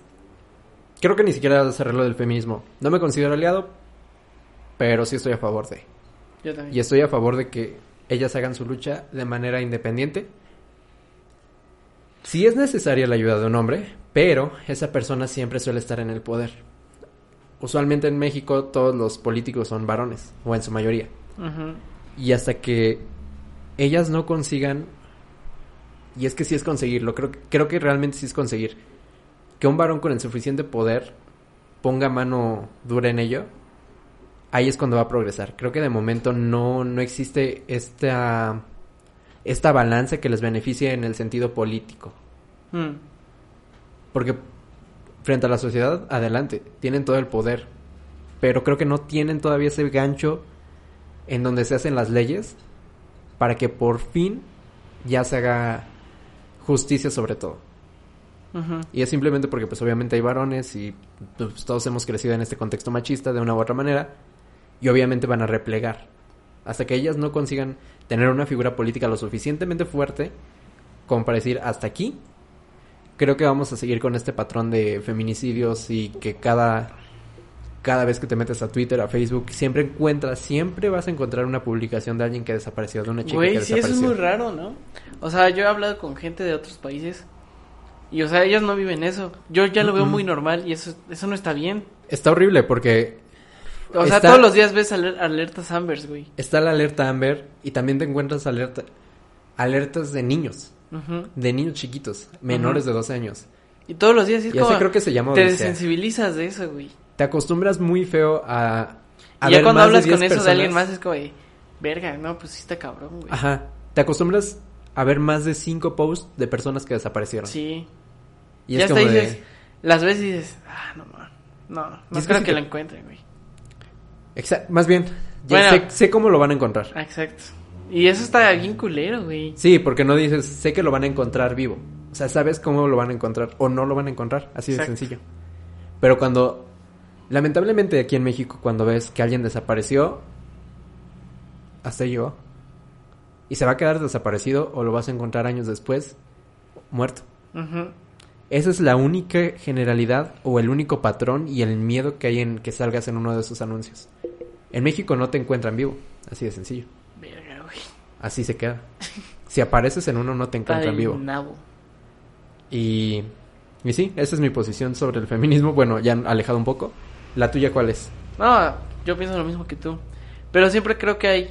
S1: creo que ni siquiera desarrollo lo del feminismo. No me considero aliado, pero sí estoy a favor de.
S2: Yo también.
S1: Y estoy a favor de que ellas hagan su lucha de manera independiente. Sí es necesaria la ayuda de un hombre, pero esa persona siempre suele estar en el poder. Usualmente en México todos los políticos son varones, o en su mayoría.
S2: Ujú.
S1: Y hasta que ellas no consigan, y es que sí es conseguirlo, creo, creo que realmente sí es conseguir, que un varón con el suficiente poder ponga mano dura en ello, ahí es cuando va a progresar. Creo que de momento no, no existe esta, esta balanza que les beneficie en el sentido político.
S2: Mm.
S1: Porque frente a la sociedad, adelante, tienen todo el poder. Pero creo que no tienen todavía ese gancho en donde se hacen las leyes para que por fin ya se haga justicia sobre todo.
S2: Ujú.
S1: Y es simplemente porque pues obviamente hay varones y pues, todos hemos crecido en este contexto machista de una u otra manera y obviamente van a replegar. Hasta que ellas no consigan tener una figura política lo suficientemente fuerte como para decir hasta aquí, creo que vamos a seguir con este patrón de feminicidios y que cada, cada vez que te metes a Twitter, a Facebook, siempre encuentras, siempre vas a encontrar una publicación de alguien que desapareció, de una chica
S2: Güey,
S1: que
S2: sí, eso
S1: desapareció.
S2: es muy raro, ¿no? O sea, yo he hablado con gente de otros países y, o sea, ellos no viven eso. Yo ya lo veo
S1: Mm-mm.
S2: muy normal y eso, eso no está bien.
S1: Está horrible porque
S2: O sea,
S1: Está-
S2: todos los días ves aler- alertas Ambers, güey.
S1: Está la alerta Amber y también te encuentras alerta, alertas de niños,
S2: Ujú.
S1: de niños chiquitos, menores de 12 años.
S2: Y todos los días sí es
S1: Y
S2: como...
S1: así creo que se llama
S2: te
S1: odisea.
S2: desensibilizas de eso, güey.
S1: Te acostumbras muy feo a... a
S2: Y ya
S1: ver
S2: cuando
S1: más
S2: hablas con
S1: 10
S2: eso de alguien
S1: personas.
S2: más es como de... Verga, no, pues sí está cabrón, güey.
S1: Ajá. Te acostumbras a ver más de cinco posts de personas que desaparecieron.
S2: Sí.
S1: Y es
S2: ya hasta
S1: como de-
S2: dices... Las veces dices... Ah, no, man. No,
S1: Y
S2: no
S1: es que
S2: creo
S1: si
S2: que,
S1: te-
S2: lo encuentren, güey.
S1: Exa- Más bien, ya
S2: Bueno.
S1: sé, sé cómo lo van a encontrar.
S2: Ah, Exacto. Y eso está bien culero, güey.
S1: Sí, porque no dices, sé que lo van a encontrar vivo. O sea, sabes cómo lo van a encontrar o no lo van a encontrar. Así
S2: Exacto.
S1: de sencillo. Pero cuando... Lamentablemente aquí en México, cuando ves que alguien desapareció, hasta ahí llegó. Y se va a quedar desaparecido o lo vas a encontrar años después muerto.
S2: Ujú.
S1: Esa es la única generalidad o el único patrón y el miedo que hay en que salgas en uno de esos anuncios. En México no te encuentran vivo, así de sencillo.
S2: Verga, güey.
S1: Así se queda. Si apareces en uno no te
S2: Está
S1: encuentran
S2: del
S1: vivo.
S2: nabo.
S1: Y y sí, esa es mi posición sobre el feminismo, bueno, ya alejado un poco. ¿La tuya cuál es?
S2: No, yo pienso lo mismo que tú. Pero siempre creo que hay...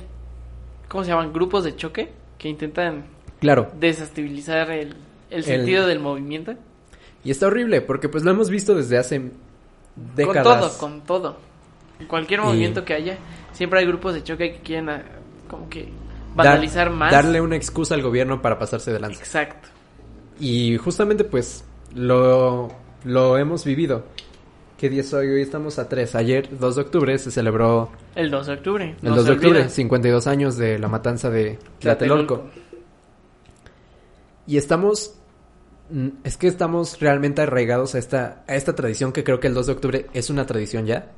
S2: ¿Cómo se llaman? Grupos de choque que intentan
S1: Claro,
S2: desestabilizar el, el sentido del movimiento.
S1: y está horrible porque pues lo hemos visto desde hace décadas.
S2: Con todo, con todo. En cualquier
S1: Y-
S2: movimiento que haya, siempre hay grupos de choque que quieren ah, como que
S1: Dar-
S2: vandalizar más.
S1: Darle una excusa al gobierno para pasarse de lanza.
S2: Exacto.
S1: Y justamente pues lo, lo hemos vivido. ¿Qué día es hoy? Hoy estamos a 3. Ayer, 2 de octubre, se celebró
S2: El 2 de octubre.
S1: el
S2: no
S1: 2
S2: se
S1: de octubre,
S2: olvida.
S1: 52 años de la matanza de Tlatelolco. Y estamos... mm, Es que estamos realmente arraigados a esta, a esta tradición que creo que el 2 de octubre es una tradición ya.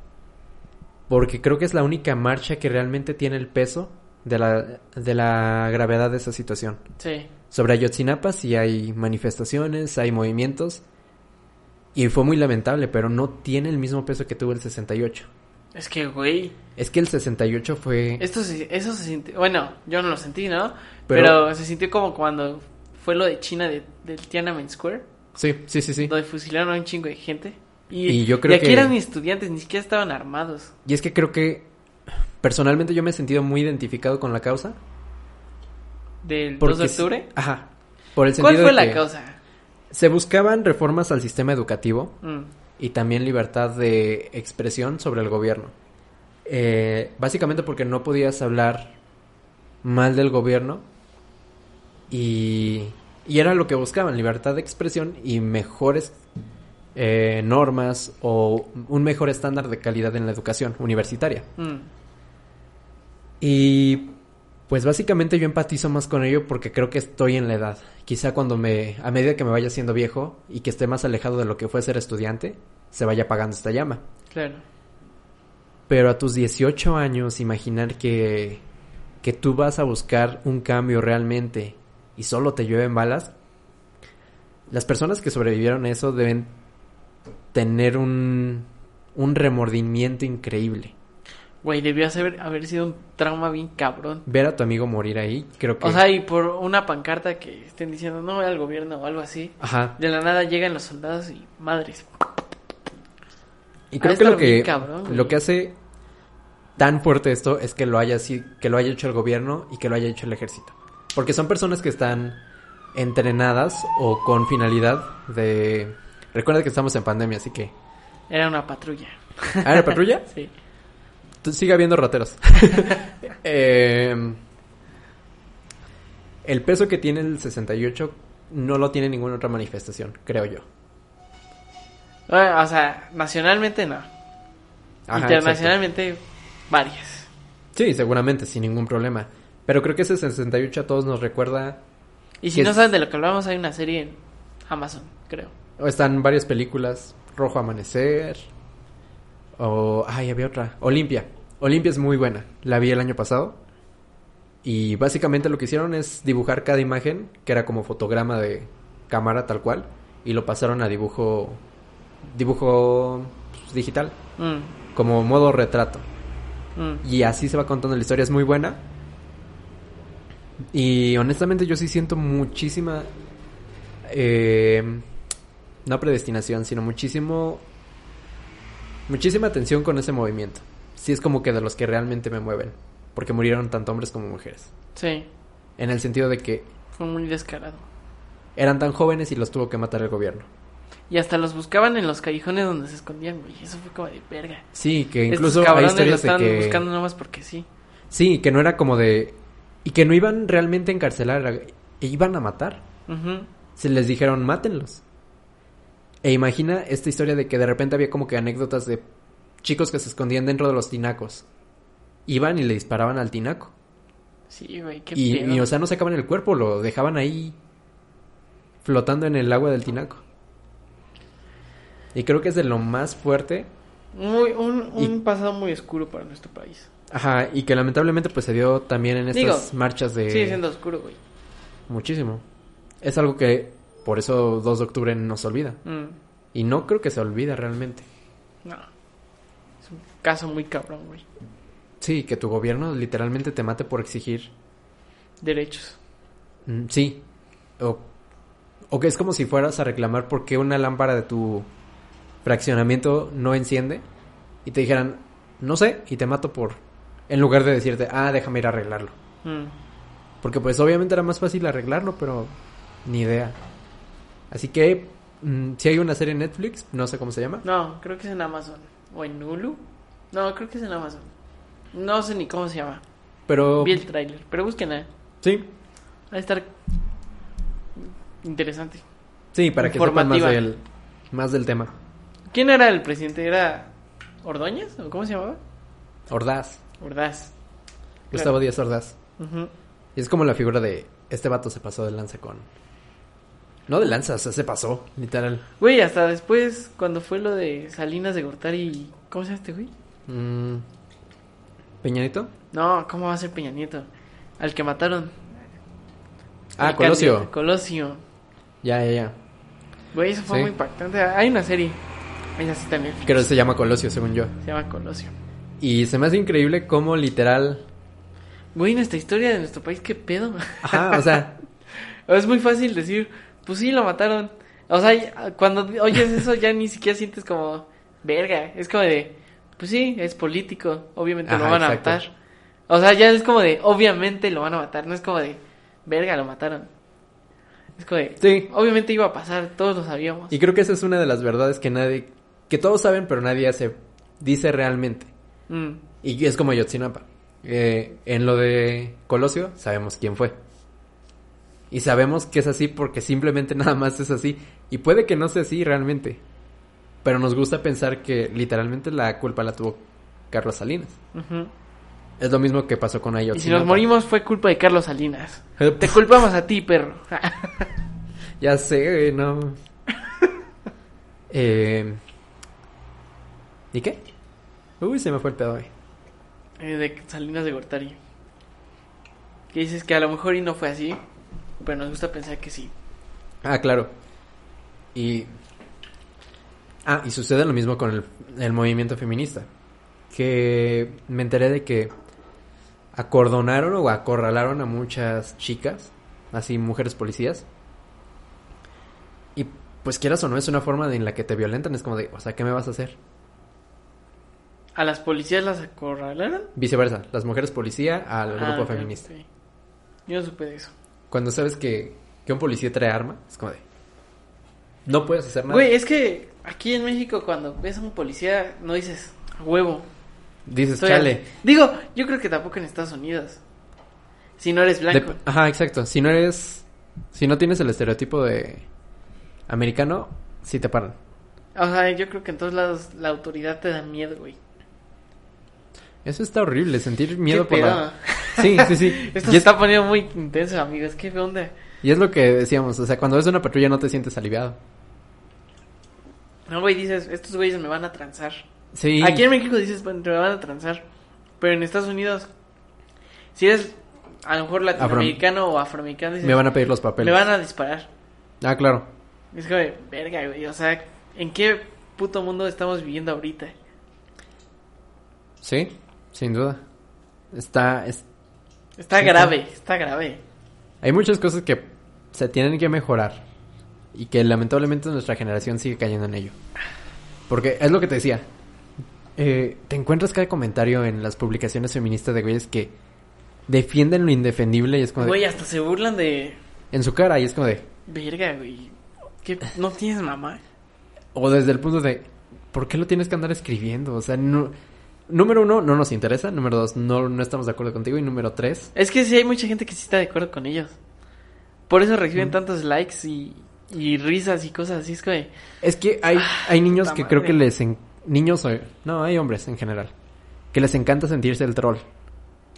S1: Porque creo que es la única marcha que realmente tiene el peso de la, de la gravedad de esa situación.
S2: Sí.
S1: Sobre Ayotzinapa sí hay manifestaciones, hay movimientos. Y fue muy lamentable, pero no tiene el mismo peso que tuvo el 68.
S2: Es que, güey,
S1: Es que el 68 fue...
S2: esto se- eso se sintió... Bueno, yo no lo sentí, ¿no? Pero,
S1: Pero-
S2: se sintió como cuando fue lo de China de- del Tiananmen Square,
S1: Sí, sí, sí, sí.
S2: donde fusilaron a un chingo de gente. Y,
S1: Y yo creo
S2: aquí
S1: que-
S2: eran estudiantes, ni siquiera estaban armados.
S1: Y es que creo que... Personalmente yo me he sentido muy identificado con la causa.
S2: ¿Del 2
S1: Porque
S2: de
S1: sí-
S2: octubre?
S1: Ajá. Por el
S2: ¿Cuál
S1: sentido
S2: fue
S1: de
S2: la
S1: que
S2: causa?
S1: Se buscaban reformas al sistema educativo.
S2: Mm,
S1: y también libertad de expresión sobre el gobierno. Eh, básicamente porque no podías hablar mal del gobierno y, y era lo que buscaban, libertad de expresión y mejores eh, normas o un mejor estándar de calidad en la educación universitaria.
S2: mm.
S1: Y pues básicamente yo empatizo más con ello porque creo que estoy en la edad. Quizá cuando me, a medida que me vaya siendo viejo y que esté más alejado de lo que fue ser estudiante, se vaya apagando esta llama.
S2: Claro.
S1: Pero a tus 18 años, imaginar que, que tú vas a buscar un cambio realmente y solo te llueven balas, las personas que sobrevivieron a eso deben tener un, un remordimiento increíble.
S2: Güey, debió haber, haber sido un trauma bien cabrón.
S1: Ver a tu amigo morir ahí, creo que...
S2: O sea, y por una pancarta que estén diciendo no al gobierno o algo así,
S1: Ajá.
S2: de la nada llegan los soldados y madres.
S1: Y
S2: Ha
S1: creo
S2: de
S1: que lo
S2: estar
S1: que,
S2: Ah, bien cabrón, güey.
S1: lo que hace tan fuerte esto es que lo haya así, que lo haya hecho el gobierno y que lo haya hecho el ejército. Porque son personas que están entrenadas o con finalidad de recuerda que estamos en pandemia, así que
S2: Era una patrulla.
S1: ¿Ah, era
S2: [LAUGHS]
S1: patrulla?
S2: Sí.
S1: Tú- sigue habiendo
S2: [LAUGHS]
S1: rateros. Eh, el peso que tiene el 68 no lo tiene ninguna otra manifestación, creo yo.
S2: Bueno, o sea, nacionalmente no.
S1: Ajá, exacto.
S2: Internacionalmente varias.
S1: Sí, seguramente, sin ningún problema. Pero creo que ese 68 a todos nos recuerda.
S2: Y si
S1: Que
S2: no
S1: es-
S2: saben de lo que hablamos, hay una serie en Amazon, creo.
S1: o Están varias películas: Rojo Amanecer. O. Ay, había otra. Olimpia. Olimpia es muy buena. La vi el año pasado. Y básicamente lo que hicieron es dibujar cada imagen, que era como fotograma de cámara tal cual. Y lo pasaron a dibujo. Dibujo pues, digital.
S2: Mm,
S1: Como modo retrato.
S2: mm.
S1: Y así se va contando la historia, es muy buena. Y honestamente yo sí siento muchísima... eh, no predestinación, sino muchísimo... Muchísima atención con ese movimiento. sí es como que de los que realmente me mueven. Porque murieron tanto hombres como mujeres.
S2: Sí,
S1: En el sentido de que
S2: fue muy descarado.
S1: eran tan jóvenes y los tuvo que matar el gobierno.
S2: Y hasta los buscaban en los callejones donde se escondían, güey. Eso fue como de verga.
S1: Sí, que incluso
S2: Incluso
S1: hay
S2: Estos cabrones lo
S1: historias de
S2: estaban
S1: que...
S2: buscando nomás porque sí.
S1: Sí, que no era como de... Y que no iban realmente a encarcelar, era- e iban a matar.
S2: Ujú.
S1: Se les dijeron, mátenlos. E imagina esta historia de que de repente había como que anécdotas de chicos que se escondían dentro de los tinacos. Iban y le disparaban al tinaco.
S2: Sí, güey, qué
S1: Y,
S2: pedo.
S1: y, o sea, no sacaban el cuerpo, lo dejaban ahí flotando en el agua del tinaco. Y creo que es de lo más fuerte.
S2: Muy- un
S1: y-
S2: un pasado muy oscuro para nuestro país.
S1: Ajá, y que lamentablemente pues se dio también en estas
S2: Digo,
S1: marchas de...
S2: Sigue siendo oscuro, güey.
S1: Muchísimo. Es algo que por eso 2 de octubre no se olvida.
S2: Mm,
S1: Y no creo que se olvida realmente.
S2: No. Es un caso muy cabrón, güey.
S1: Sí, que tu gobierno literalmente te mate por exigir.
S2: Derechos.
S1: Mm, sí. O, o que es como si fueras a reclamar por qué una lámpara de tu fraccionamiento no enciende y te dijeran, no sé, y te mato por... En lugar de decirte, ah, déjame ir a arreglarlo.
S2: Mm.
S1: Porque pues obviamente era más fácil arreglarlo, pero ni idea. Así que, mm, si hay una serie en Netflix, no sé cómo se llama.
S2: No, creo que es en Amazon. ¿O en Hulu? No, creo que es en Amazon. No sé ni cómo se llama.
S1: Pero...
S2: Vi el tráiler, pero búsquenla.
S1: Sí,
S2: Va a estar interesante.
S1: sí, para que sepan más
S2: Informativa.
S1: del, más del tema.
S2: ¿Quién era el presidente? ¿Era Ordóñez? ¿O cómo se llamaba?
S1: Ordaz,
S2: Ordaz.
S1: Gustavo Díaz Ordaz.
S2: Ujú.
S1: Y es como la figura de este vato se pasó de lanza con. No de lanza, o sea, se pasó, literal.
S2: Güey, hasta después, cuando fue lo de Salinas de Gortari. ¿Cómo se llama este güey?
S1: Mm. ¿Peñanito?
S2: No, ¿cómo va a ser Peña Nieto? Al que mataron.
S1: Ah,
S2: El
S1: Colosio.
S2: candidato- Colosio.
S1: Ya, ya, ya.
S2: Güey, eso fue
S1: Sí.
S2: muy impactante. Hay una serie. Es así también.
S1: Creo que se llama Colosio, según yo.
S2: Se llama Colosio.
S1: Y se me hace increíble cómo literal.
S2: Güey, nuestra historia de nuestro país, qué pedo. [LAUGHS]
S1: Ajá, o sea,
S2: es muy fácil decir, pues sí, lo mataron. O sea, ya- cuando oyes eso ya ni siquiera sientes como, verga. Es como de, pues sí, es político. Obviamente lo
S1: Ajá,
S2: van a
S1: exacto.
S2: matar. O sea, ya es como de, obviamente lo van a matar. No es como de, verga, lo mataron. Es como de,
S1: sí.
S2: obviamente iba a pasar, todos lo sabíamos.
S1: Y creo que esa es una de las verdades que nadie. que todos saben, pero nadie se dice realmente.
S2: Mm,
S1: Y es como Ayotzinapa. Eh, en lo de Colosio, sabemos quién fue. Y sabemos que es así porque simplemente [LAUGHS] nada más es así. Y puede que no sea así realmente. Pero nos gusta pensar que literalmente la culpa la tuvo Carlos Salinas.
S2: ujú.
S1: Es lo mismo que pasó con
S2: Y
S1: Ayotzinapa.
S2: si nos
S1: [LAUGHS]
S2: morimos fue culpa de Carlos Salinas.
S1: Eh,
S2: Te culpamos a ti, perro.
S1: [LAUGHS] Ya sé, güey,
S2: [LAUGHS]
S1: no. Eh, ¿Y qué? Uy, se me fue el pedo, güey.
S2: Eh, de Salinas de Gortari. Que dices que a lo mejor y no fue así, pero nos gusta pensar que sí.
S1: Ah, claro. Y. Ah, y sucede lo mismo con el, el movimiento feminista. Que me enteré de que acordonaron o acorralaron a muchas chicas, así mujeres policías. Y pues quieras o no, es una forma de- en la que te violentan. Es como de, o sea, ¿qué me vas a hacer?
S2: ¿A las policías las acorralaron?
S1: Viceversa, las mujeres policía al
S2: Ah,
S1: grupo
S2: ok,
S1: feminista.
S2: ok. Yo no supe de eso.
S1: Cuando sabes que, que un policía trae arma, es como de, no puedes hacer nada.
S2: Güey, es que aquí en México cuando ves a un policía no dices, a huevo.
S1: Dices,
S2: estoy
S1: chale.
S2: al-". Digo, yo creo que tampoco en Estados Unidos. Si no eres blanco.
S1: Dep- Ajá, exacto. Si no eres. Si no tienes el estereotipo de. Americano, sí te paran.
S2: O sea, yo creo que en todos lados la autoridad te da miedo, güey.
S1: Eso está horrible, sentir miedo
S2: ¿Qué
S1: por
S2: pedo?
S1: la. Sí, sí, sí.
S2: [LAUGHS] Esto
S1: y,
S2: se
S1: es,
S2: está poniendo muy intenso, amigos. ¿Qué onda?
S1: y es lo que decíamos, o sea, cuando ves una patrulla no te sientes aliviado.
S2: No, güey, dices, estos güeyes me van a transar.
S1: Sí.
S2: Aquí en México dices, bueno, te van a transar. Pero en Estados Unidos, si eres a lo mejor latinoamericano o afroamericano, dices,
S1: Me van a pedir los
S2: me
S1: papeles.
S2: van a disparar.
S1: Ah, claro.
S2: Es como, de, verga, güey. O sea, ¿en qué puto mundo estamos viviendo ahorita?
S1: Sí, sin duda. Está. es-
S2: Está
S1: Sí,
S2: grave, está grave.
S1: Hay muchas cosas que se tienen que mejorar. Y que lamentablemente nuestra generación sigue cayendo en ello. Porque es lo que te decía. eh, te encuentras cada comentario en las publicaciones feministas de güeyes que defienden lo indefendible y es como de,
S2: Güey, hasta se burlan de.
S1: en su cara y es como de
S2: Verga, güey. ¿Qué? ¿No tienes mamá?
S1: o desde el punto de ¿por qué lo tienes que andar escribiendo? O sea, no, número uno no nos interesa, número dos no no estamos de acuerdo contigo y número tres
S2: Es que sí hay mucha gente que sí está de acuerdo con ellos. Por eso
S1: Mm.
S2: reciben tantos likes y, y risas y cosas así. Es que
S1: es que hay hay niños
S2: Ah, puta
S1: que creo que
S2: madre.
S1: les en- niños o- no hay hombres en general que les encanta sentirse el troll.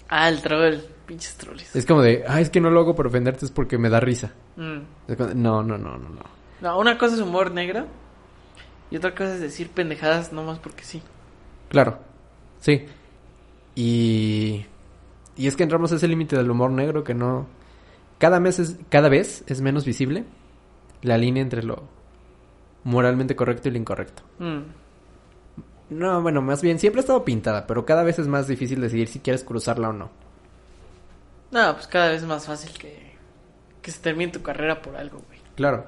S2: Ah, el troll. Pinches trolls.
S1: Es como de, ah, es que no lo hago por ofenderte, es porque me da risa.
S2: Mm.
S1: Es como de, no, no, no, no, no.
S2: No, una cosa es humor negro. Y otra cosa es decir pendejadas nomás porque sí.
S1: Claro, sí. Y, y es que entramos a ese límite del humor negro que no... Cada, mes es, cada vez es menos visible la línea entre lo moralmente correcto y lo incorrecto.
S2: Mm.
S1: No, bueno, más bien, siempre ha estado pintada, pero cada vez es más difícil decidir si quieres cruzarla o no.
S2: No, pues cada vez es más fácil que, que se termine tu carrera por algo, güey.
S1: Claro.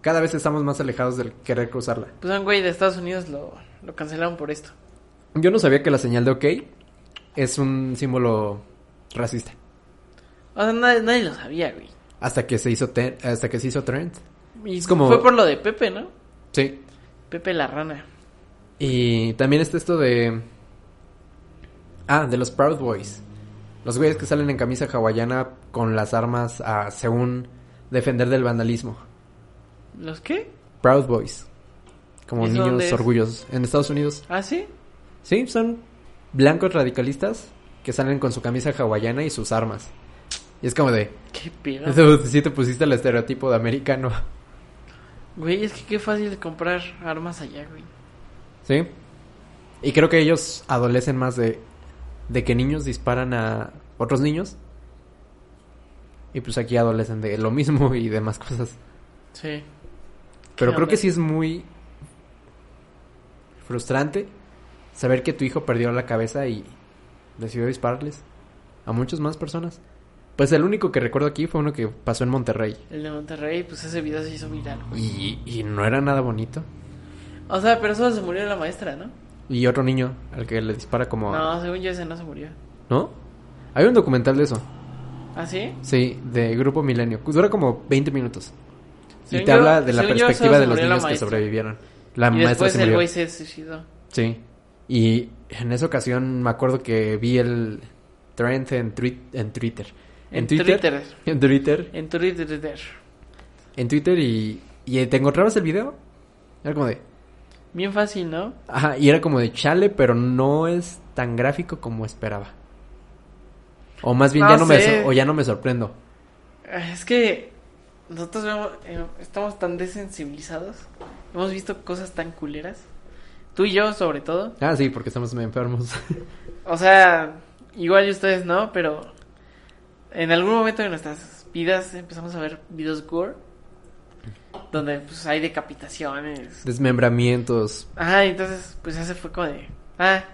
S1: Cada vez estamos más alejados del querer cruzarla.
S2: Pues a un güey de Estados Unidos lo, lo cancelaron por esto.
S1: Yo no sabía que la señal de OK es un símbolo racista.
S2: O sea, nadie, nadie lo sabía, güey.
S1: Hasta que se hizo, ten- hasta que se hizo trend.
S2: Y
S1: Es como-
S2: fue por lo de Pepe, ¿no?
S1: Sí.
S2: Pepe la rana.
S1: Y también está esto de... Ah, de los Proud Boys. Los güeyes que salen en camisa hawaiana con las armas a, según defender del vandalismo.
S2: ¿Los qué?
S1: Proud Boys. Como
S2: ¿Y eso
S1: niños
S2: dónde es?
S1: orgullosos. En Estados Unidos.
S2: ¿Ah, sí?
S1: Sí, son blancos radicalistas que salen con su camisa hawaiana y sus armas. Y es como de...
S2: Qué pedo.
S1: Eso sí te pusiste el estereotipo de americano. [LAUGHS]
S2: Güey, es que qué fácil comprar armas allá, güey.
S1: ¿Sí? Y creo que ellos adolecen más de, de que niños disparan a otros niños. Y pues aquí adolecen de lo mismo y demás cosas.
S2: Sí.
S1: Pero
S2: ¿Qué
S1: creo que
S2: onda?
S1: sí es muy frustrante saber que tu hijo perdió la cabeza y decidió dispararles a muchas más personas. Pues el único que recuerdo aquí fue uno que pasó en Monterrey.
S2: El de Monterrey, pues ese video se hizo viral.
S1: Y, y no era nada bonito.
S2: O sea, pero solo se murió la maestra, ¿no?
S1: Y otro niño al que le dispara como...
S2: No, según yo ese no se murió.
S1: ¿No? Hay un documental de eso.
S2: ¿Ah, sí?
S1: Sí, de Grupo Milenio. Dura como 20 minutos. Y
S2: Según
S1: te
S2: yo-
S1: habla de la
S2: según yo,
S1: perspectiva
S2: solo
S1: de
S2: se
S1: los
S2: murió la
S1: niños que
S2: maestra.
S1: sobrevivieron. La
S2: y
S1: maestra
S2: después
S1: se
S2: el
S1: murió.
S2: güey se suicidó.
S1: Sí. Y en esa ocasión me acuerdo que vi el trend en, twi- en Twitter.
S2: En Twitter.
S1: En Twitter.
S2: En Twitter.
S1: En Twitter y, y te encontrabas el video. Era como de...
S2: Bien fácil, ¿no?
S1: Ajá, y era como de chale, pero no es tan gráfico como esperaba. O más bien
S2: No
S1: ya, no me,
S2: sé.
S1: so- o ya no me sorprendo.
S2: Ah, Es que nosotros vemos- eh, estamos tan desensibilizados. Hemos visto cosas tan culeras. Tú y yo, sobre todo.
S1: Ah, sí, porque estamos medio enfermos. [LAUGHS]
S2: O sea, igual y ustedes no, pero en algún momento de nuestras vidas empezamos a ver videos gore. Donde pues hay decapitaciones.
S1: Desmembramientos.
S2: Ajá, entonces pues ese fue como de... Ah,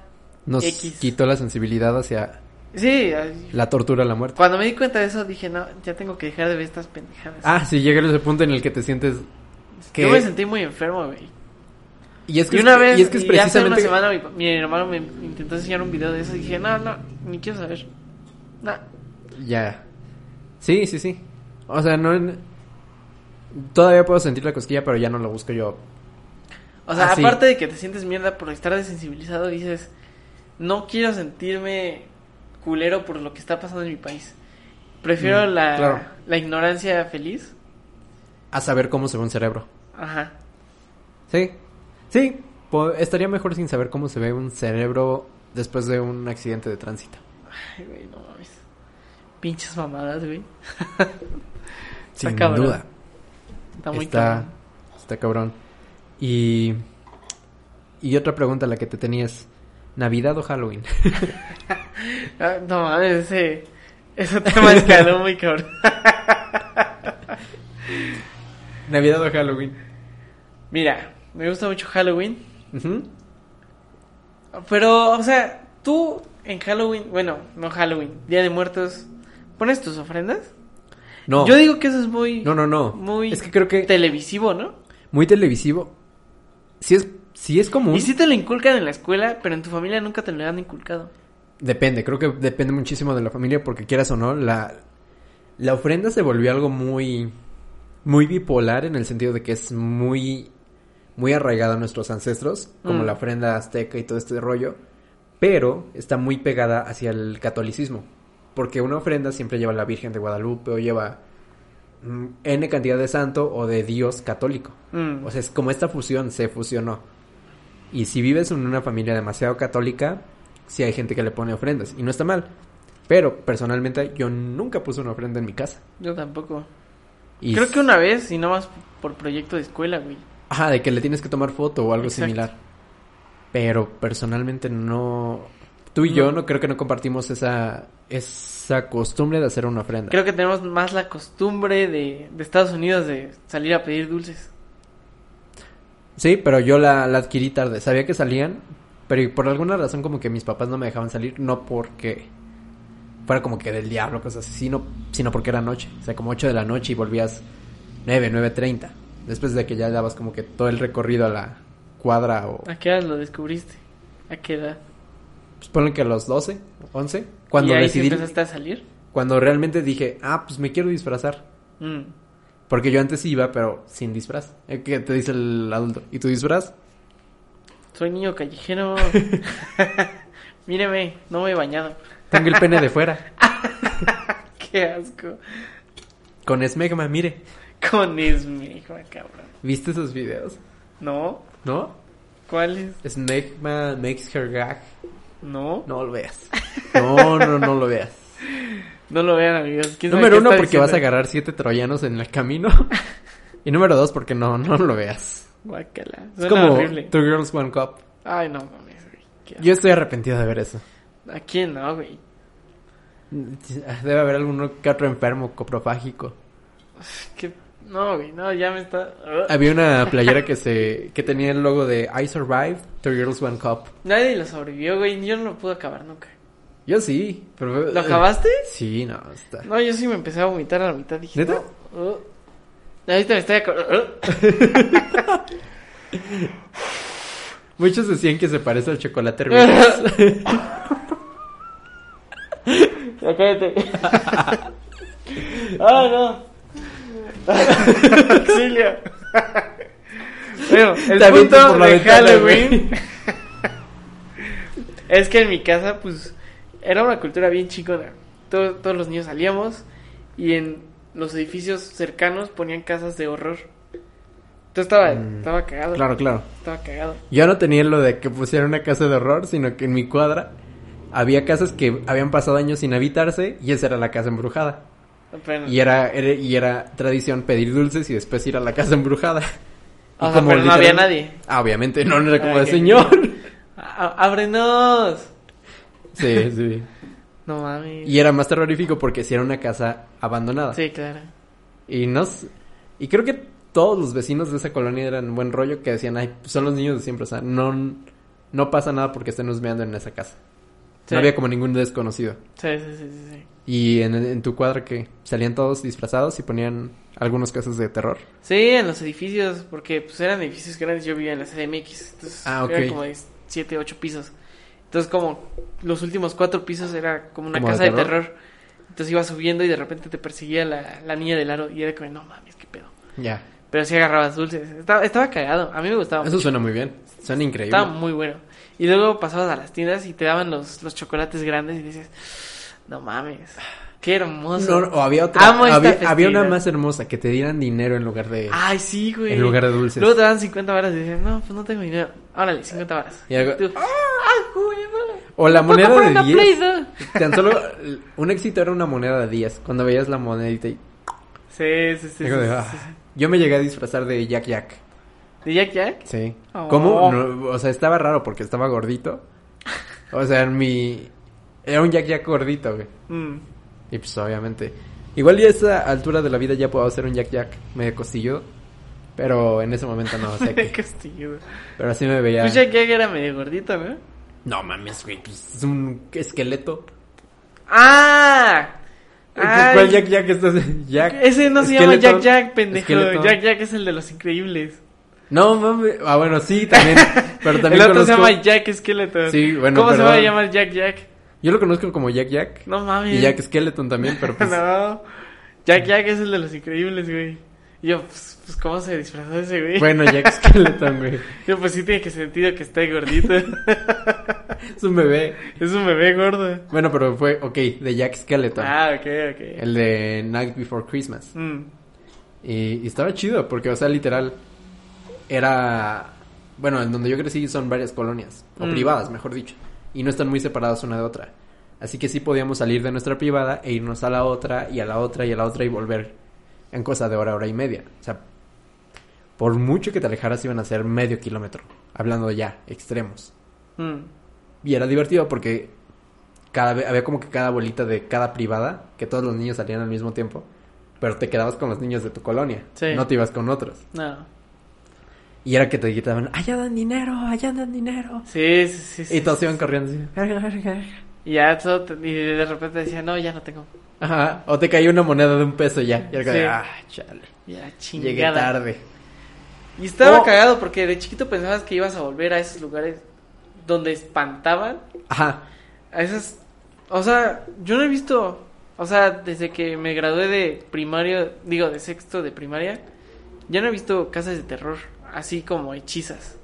S1: Nos
S2: X.
S1: quitó la sensibilidad hacia
S2: sí. ay,
S1: la tortura, la muerte.
S2: Cuando me di cuenta de eso dije, no, ya tengo que dejar de ver estas pendejadas.
S1: Ah, sí, llega ese punto en el que te sientes... Que...
S2: Yo me sentí muy enfermo, güey.
S1: Y es que
S2: Y una
S1: es,
S2: vez,
S1: y es que es
S2: y hace una
S1: precisamente...
S2: semana mi, mi hermano me intentó enseñar un video de eso y dije, no, no, ni quiero saber. No.
S1: Ya. Sí, sí, sí. O sea, no... en- Todavía puedo sentir la cosquilla, pero ya no la busco yo.
S2: O sea,
S1: Ah, sí.
S2: aparte de que te sientes mierda por estar desensibilizado, dices, no quiero sentirme culero por lo que está pasando en mi país. Prefiero
S1: Mm,
S2: la,
S1: claro.
S2: la ignorancia feliz.
S1: A saber cómo se ve un cerebro.
S2: Ajá.
S1: Sí. Sí. po- Estaría mejor sin saber cómo se ve un cerebro después de un accidente de tránsito.
S2: Ay, güey, no mames. Pinches mamadas, güey. Está
S1: Sin
S2: cabrón.
S1: duda.
S2: Está muy
S1: está,
S2: cabrón.
S1: está cabrón. Y, y otra pregunta, la que te tenías. ¿Navidad o Halloween?
S2: Ah, no mames, ese,
S1: [LAUGHS]
S2: ese tema escaló muy cabrón.
S1: Navidad o Halloween.
S2: Mira, me gusta mucho Halloween. Pero, o sea, tú en Halloween, bueno, no Halloween, Día de Muertos, ¿pones tus ofrendas?
S1: No.
S2: Yo digo que eso es muy,
S1: no, no, no.
S2: muy
S1: Es que creo que
S2: televisivo, ¿no?
S1: muy televisivo. Si es sí es común.
S2: Y sí te lo inculcan en la escuela, pero en tu familia nunca te lo han inculcado.
S1: Depende, creo que depende muchísimo de la familia, porque quieras o no, la, la ofrenda se volvió algo muy, muy bipolar en el sentido de que es muy, muy arraigada a nuestros ancestros, como
S2: Mm.
S1: la ofrenda azteca y todo este rollo, pero está muy pegada hacia el catolicismo, porque una ofrenda siempre lleva a la Virgen de Guadalupe o lleva mm, N cantidad de santo o de Dios católico.
S2: Mm.
S1: O sea, es como esta fusión, se fusionó. Y si vives en una familia demasiado católica, sí hay gente que le pone ofrendas. Y no está mal. Pero personalmente yo nunca puse una ofrenda en mi casa.
S2: Yo tampoco.
S1: Y
S2: Creo que una vez, y no más por proyecto de escuela, güey.
S1: Ajá, de que le tienes que tomar foto o algo
S2: Exacto.
S1: similar. Pero personalmente no... Tú y
S2: No.
S1: yo no creo que no compartimos esa, esa costumbre de hacer una ofrenda.
S2: Creo que tenemos más la costumbre de, de Estados Unidos de salir a pedir dulces.
S1: Sí, pero yo la, la adquirí tarde. Sabía que salían, pero por alguna razón como que mis papás no me dejaban salir, no porque fuera como que del diablo, cosas así, sino, sino porque era noche. O sea, como 8 de la noche y volvías 9, 9.30. Después de que ya dabas como que todo el recorrido a la cuadra o...
S2: ¿A qué edad lo descubriste? ¿A qué edad?
S1: Pues ponle que a los 12, 11. Cuando
S2: ¿Y ahí sí
S1: decidí...
S2: empezaste a salir?
S1: Cuando realmente dije, ah, pues me quiero disfrazar.
S2: Mm.
S1: Porque yo antes iba, pero sin disfraz. Eh, Que te dice el adulto. ¿Y tu disfraz?
S2: Soy
S1: [LAUGHS]
S2: niño callejero. [LAUGHS] Míreme, no me he bañado. [LAUGHS]
S1: Tengo el pene de fuera.
S2: Qué asco.
S1: Con esmegma, mire.
S2: Con esmeja, cabrón.
S1: ¿Viste esos videos?
S2: ¿No?
S1: ¿No?
S2: ¿Cuál es?
S1: Smegma makes her gag.
S2: ¿No?
S1: No lo veas. [LAUGHS] No, no, no lo veas.
S2: No lo vean, amigos. ¿Quién sabe
S1: Número
S2: qué
S1: uno,
S2: está
S1: porque vas a
S2: diciendo?
S1: agarrar siete troyanos en el camino. Y número dos, porque no, no lo veas.
S2: Guácala.
S1: Es
S2: Suena
S1: como
S2: horrible.
S1: Two Girls One Cup.
S2: Ay, no mames, güey. Qué asco.
S1: Yo estoy arrepentido de ver eso.
S2: ¿A quién no, güey?
S1: Debe haber alguno que otro enfermo coprofágico.
S2: ¿Qué? No, güey, no, ya me está. Ugh.
S1: Había una playera que se que tenía el logo de I Survived Two Girls One Cup.
S2: Nadie lo sobrevivió, güey. Yo no lo pude acabar nunca.
S1: Yo sí, pero eh,
S2: ¿Lo acabaste?
S1: Sí, no, está.
S2: No, yo sí me empecé a vomitar a la mitad. Dije,
S1: ¿Neta?
S2: no, ugh. Ahorita me
S1: [LAUGHS]
S2: estoy acordando.
S1: Muchos decían que se parece al chocolate
S2: [LAUGHS]
S1: Reese's.
S2: Ya [LAUGHS] cállate.
S1: Ah,
S2: Ay, no. [LAUGHS] Auxilio. Bueno, el
S1: Te avientan
S2: punto
S1: por la
S2: de
S1: ventana,
S2: Halloween [LAUGHS] es que en mi casa, pues, era una cultura bien chingona. Todo- todos los niños salíamos y en los edificios cercanos ponían casas de horror. Entonces estaba,
S1: Mm.
S2: estaba cagado.
S1: Claro, claro.
S2: Estaba cagado.
S1: Yo no tenía lo de que pusiera una casa de horror, sino que en mi cuadra había casas que habían pasado años sin habitarse y esa era la casa embrujada.
S2: Pero-
S1: Y era, era- y era tradición pedir dulces y después ir a la casa embrujada.
S2: O
S1: Y
S2: sea, pero no había
S1: literal-
S2: nadie.
S1: Ah, obviamente, no, no era como de
S2: Ah, ok. [LAUGHS]
S1: señor. [LAUGHS]
S2: A- a- ¡Ábrenos!
S1: Sí, sí.
S2: No mames.
S1: Y era más terrorífico porque si era una casa abandonada.
S2: Sí, claro.
S1: Y no s- y creo que todos los vecinos de esa colonia eran buen rollo que decían, "Ay, pues son los niños de siempre, o sea, no no pasa nada porque estén husmeando en esa casa."
S2: Sí.
S1: No había como ningún desconocido.
S2: Sí, sí, sí, sí, sí.
S1: Y en, en tu cuadra que salían todos disfrazados y ponían algunos casos de terror.
S2: Sí, en los edificios, porque pues eran edificios grandes, yo vivía en la CDMX, entonces
S1: Ah, ok.
S2: eran como de 7, 8 pisos. Entonces como los últimos cuatro pisos era como una
S1: ¿Como de
S2: casa de terror?
S1: terror?
S2: Entonces ibas subiendo y de repente te perseguía la, la niña del aro y era como, no mames, qué pedo.
S1: Ya.
S2: Pero sí agarrabas dulces, estaba, estaba cagado, a mí me gustaba.
S1: Eso suena muy bien. Suena increíble.
S2: Estaba muy bueno. Y luego pasabas a las tiendas y te daban los, los chocolates grandes y dices, no mames, qué hermoso.
S1: No, no, o había otra
S2: Amo este esta
S1: había, había
S2: festividad.
S1: una más hermosa que te dieran dinero en lugar de
S2: Ay, sí, güey.
S1: en lugar de dulces.
S2: Luego te dan 50 varas y dices, no, pues no tengo dinero. Órale, 50 varas.
S1: Y algo-
S2: Tú, ah, güey, no.
S1: O la
S2: ¿Puedo
S1: moneda
S2: comprar
S1: de
S2: una
S1: 10.
S2: Play Doh?
S1: Tan solo un éxito era una moneda de 10. Cuando veías la monedita y
S2: Sí, sí, sí.
S1: Digo de,
S2: sí,
S1: "Ah".
S2: sí, sí.
S1: Yo me llegué a disfrazar de Jack Jack.
S2: ¿De Jack Jack?
S1: Sí.
S2: Oh.
S1: ¿Cómo? No, o sea, estaba raro porque estaba gordito. O sea, en mi... Era un Jack Jack gordito, güey.
S2: Mm.
S1: Y pues obviamente... Igual y a esa altura de la vida ya puedo hacer un Jack Jack medio costilludo. Pero en ese momento no, o
S2: [LAUGHS]
S1: sea que...
S2: Castillo.
S1: Pero así me veía...
S2: Pues Jack Jack era medio gordito, ¿no?
S1: No mames, güey, pues es un esqueleto.
S2: ¡Ah! Ay,
S1: ¿Cuál Jack Jack estás? Jack...
S2: Ese no se llama
S1: esqueleto,
S2: Jack Jack, pendejo.
S1: esqueleto.
S2: Jack Jack es el de los increíbles.
S1: No, mami. Ah, bueno, sí,
S2: [LAUGHS]
S1: también. Pero
S2: El
S1: también
S2: otro
S1: conozco...
S2: se llama Jack Skeleton.
S1: Sí, bueno,
S2: ¿Cómo se va a
S1: perdón.
S2: llamar Jack Jack?
S1: Yo lo conozco como Jack Jack.
S2: No mames.
S1: Y Jack Skeleton también,
S2: [LAUGHS]
S1: pero pues...
S2: No. Jack Jack es el de los increíbles, güey. Y yo, pues, pues, ¿cómo se disfrazó ese güey?
S1: Bueno, Jack Skeleton, güey.
S2: Yo, pues sí tiene que sentido que
S1: [LAUGHS]
S2: esté gordito. [LAUGHS]
S1: Es un bebé.
S2: es un bebé gordo.
S1: Bueno, pero fue, ok, de Jack Skeleton.
S2: Ah, ok, ok.
S1: El de Night Before Christmas.
S2: Mm.
S1: Y, y estaba chido, porque, o sea, literal, era... Bueno, en donde yo crecí son varias colonias, o
S2: Mm.
S1: privadas, mejor dicho, y no están muy separadas una de otra. Así que sí podíamos salir de nuestra privada e irnos a la otra, y a la otra, y a la otra, y volver en cosa de hora, hora y media. O sea, por mucho que te alejaras iban a ser medio kilómetro, hablando ya, extremos.
S2: Mm.
S1: Y era divertido porque cada ve- había como que cada bolita de cada privada, que todos los niños salían al mismo tiempo, pero te quedabas con los niños de tu colonia,
S2: Sí.
S1: no te ibas con otros.
S2: No.
S1: Y era que te gritaban, allá dan dinero, allá dan dinero.
S2: Sí, sí, sí. sí.
S1: Y todos iban corriendo así, verga, verga,
S2: [LAUGHS]
S1: verga.
S2: Y ya todo, te- y de repente decía, no, ya no tengo.
S1: Ajá, o te caía una moneda de un peso ya. Y era como,
S2: Sí.
S1: ah, chale,
S2: Ya, chingada.
S1: llegué tarde.
S2: Y estaba
S1: Oh.
S2: cagado porque de chiquito pensabas que ibas a volver a esos lugares donde espantaban
S1: Ajá,
S2: a esas. O sea, yo no he visto. O sea, desde que me gradué de primario, digo, de sexto de primaria, ya no he visto casas de terror así como hechizas.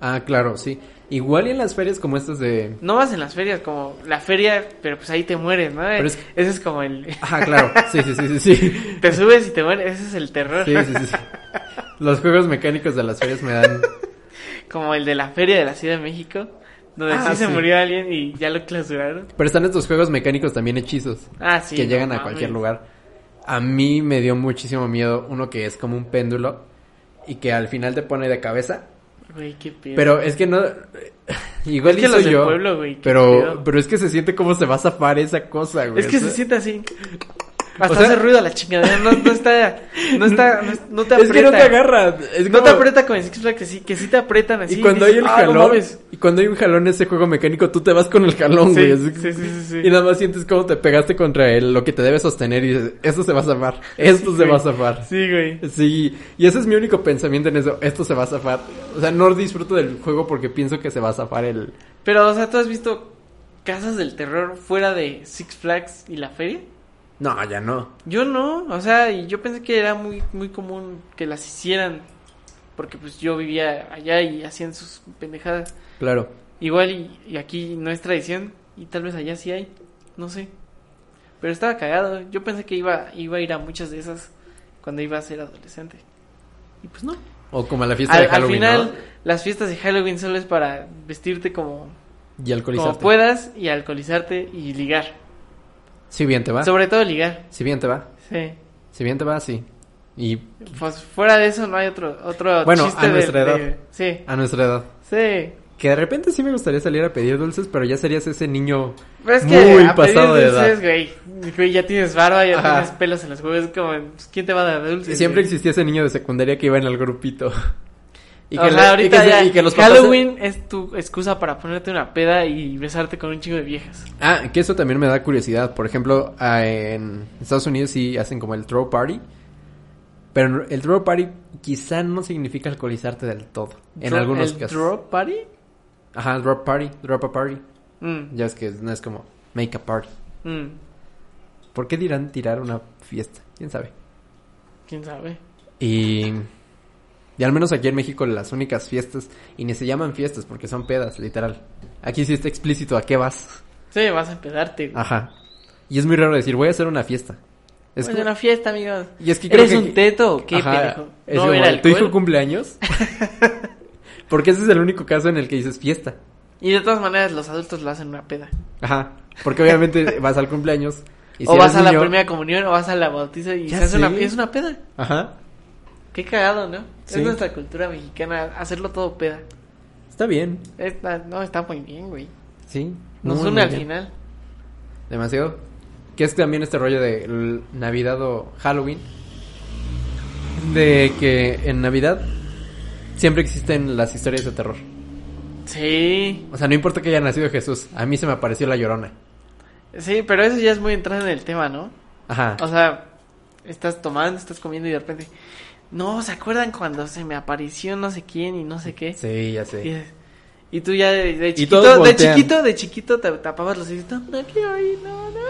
S1: ah, claro, sí. Igual y en las ferias como estas de...
S2: No vas en las ferias como la feria, pero pues ahí te mueres, ¿no?
S1: Pero es-
S2: Ese es como el. [LAUGHS]
S1: Ajá, claro, sí, sí, sí, sí, sí.
S2: Te subes y te mueres, ese es el terror.
S1: Sí, sí, sí, sí. Los juegos mecánicos de las ferias me dan
S2: Como el de la feria de la Ciudad de México, donde
S1: Ah,
S2: sí se
S1: sí.
S2: murió alguien y ya lo clausuraron.
S1: Pero están estos juegos mecánicos también hechizos.
S2: Ah, sí.
S1: que
S2: no
S1: llegan a
S2: mames.
S1: cualquier lugar. A mí me dio muchísimo miedo uno que es como un péndulo y que al final te pone de cabeza.
S2: Güey, qué pedo.
S1: Pero es que no... [LAUGHS] Igual
S2: Es que
S1: hizo
S2: los del
S1: yo,
S2: pueblo, güey, qué
S1: pero,
S2: pedo.
S1: pero es que se siente como se va a zafar esa cosa, güey.
S2: es que
S1: O sea,
S2: se siente así. Hasta
S1: O sea-
S2: hace ruido la chingadera. No, no está. No está. No, no te aprieta.
S1: [LAUGHS] Es que no te agarra. es
S2: No
S1: como-
S2: te aprieta con el Six Flags, que sí, que sí te aprietan
S1: Y
S2: así.
S1: cuando hay
S2: dices,
S1: el
S2: "Ah, no
S1: jalón...
S2: mames".
S1: y cuando hay un jalón en ese juego mecánico, tú te vas con el jalón, güey.
S2: sí,
S1: así-
S2: sí, sí, sí, sí.
S1: Y nada más sientes como te pegaste contra él, lo que te debe sostener y dices, esto se va a zafar, esto
S2: Sí,
S1: se va a
S2: güey.
S1: zafar.
S2: Sí, güey.
S1: Sí, y ese es mi único pensamiento en eso. Esto se va a zafar. O sea, no disfruto del juego porque pienso que se va a zafar el...
S2: Pero, o sea, ¿tú has visto casas del terror fuera de Six Flags y la feria?
S1: No, ya no.
S2: Yo no, o sea, y yo pensé que era muy, muy común que las hicieran. Porque pues yo vivía allá y hacían sus pendejadas.
S1: Claro.
S2: Igual y, y aquí no es tradición y tal vez allá sí hay, no sé. Pero estaba cagado, yo pensé que iba, iba a ir a muchas de esas cuando iba a ser adolescente. Y pues no.
S1: O como a la fiesta
S2: Al,
S1: de
S2: al
S1: Halloween,
S2: final, las fiestas de Halloween solo es para vestirte como,
S1: ¿no? Y alcoholizarte.
S2: como puedas y alcoholizarte y ligar.
S1: Si bien te va.
S2: Sobre todo ligar,
S1: Si bien te va.
S2: sí.
S1: Si bien te va, sí. Y
S2: Pues fuera de eso no hay otro, otro
S1: Bueno,
S2: chiste
S1: a
S2: de-
S1: nuestra
S2: de-
S1: edad.
S2: sí,
S1: a nuestra edad.
S2: sí.
S1: Que de repente sí me gustaría salir a pedir dulces, pero ya serías ese niño...
S2: Pero es que
S1: Muy
S2: a pedir
S1: pasado de
S2: dulces, güey, güey, ya tienes barba, ya
S1: Ajá.
S2: tienes pelos en los huevos, es como, pues, ¿quién te va a dar dulces?
S1: Siempre
S2: güey?
S1: existía ese niño de secundaria que iba en el grupito. [LAUGHS]
S2: o
S1: la-
S2: sea, ahorita
S1: se-
S2: ya
S1: y que los papás-
S2: Halloween es tu excusa para ponerte una peda y besarte con un chingo de viejas.
S1: Ah, que eso también me da curiosidad. Por ejemplo, ah, en Estados Unidos sí hacen como el throw party. Pero el throw party quizá no significa alcoholizarte del todo. En
S2: Dro-
S1: algunos
S2: ¿El
S1: casos.
S2: drop party?
S1: Ajá, drop party, drop a party.
S2: Mm,
S1: Ya es que no es como make a party.
S2: mm,
S1: ¿Por qué dirán tirar una fiesta? ¿Quién sabe?
S2: ¿Quién sabe?
S1: Y... Y al menos aquí en México las únicas fiestas, y ni se llaman fiestas porque son pedas, literal. Aquí sí está explícito a qué vas.
S2: Sí, vas a empedarte. güey.
S1: Ajá. Y es muy raro decir, voy a hacer una fiesta.
S2: Es
S1: Es como-
S2: una fiesta, amigos.
S1: Y es que creo
S2: ¿Eres
S1: que
S2: un
S1: aquí-
S2: teto o qué,
S1: Ajá,
S2: pendejo?
S1: es
S2: No,
S1: como,
S2: era
S1: ¿Tu hijo
S2: alcohol. [LAUGHS]
S1: cumpleaños? Porque ese es el único caso en el que dices fiesta.
S2: Y de todas maneras los adultos lo hacen una peda.
S1: Ajá. Porque
S2: [LAUGHS]
S1: obviamente vas al cumpleaños. Y
S2: o
S1: si
S2: vas
S1: eres
S2: a la
S1: niño-
S2: primera comunión o vas a la bautiza y
S1: Ya
S2: se hace una,
S1: sé.
S2: es una peda.
S1: Ajá.
S2: Qué cagado, ¿no?
S1: Sí.
S2: Es nuestra cultura mexicana hacerlo todo peda.
S1: Está bien.
S2: Está- no, está muy bien, güey.
S1: Sí.
S2: Nos
S1: Muy,
S2: une
S1: muy
S2: al
S1: bien.
S2: final.
S1: Demasiado. Que es también este rollo de l- Navidad o Halloween. De que en Navidad siempre existen las historias de terror.
S2: Sí.
S1: O sea, no importa que haya nacido Jesús. A mí se me apareció la llorona.
S2: Sí, pero eso ya es muy entrar en el tema, ¿no?
S1: Ajá.
S2: O sea, estás tomando, estás comiendo y de repente. No, ¿se acuerdan cuando se me apareció no sé quién y no sé qué?
S1: Sí, ya sé.
S2: Y, y tú ya de, de
S1: todos
S2: chiquito, de
S1: voltean.
S2: chiquito, de chiquito te tapabas los ojos. No, no quiero ir, no, no.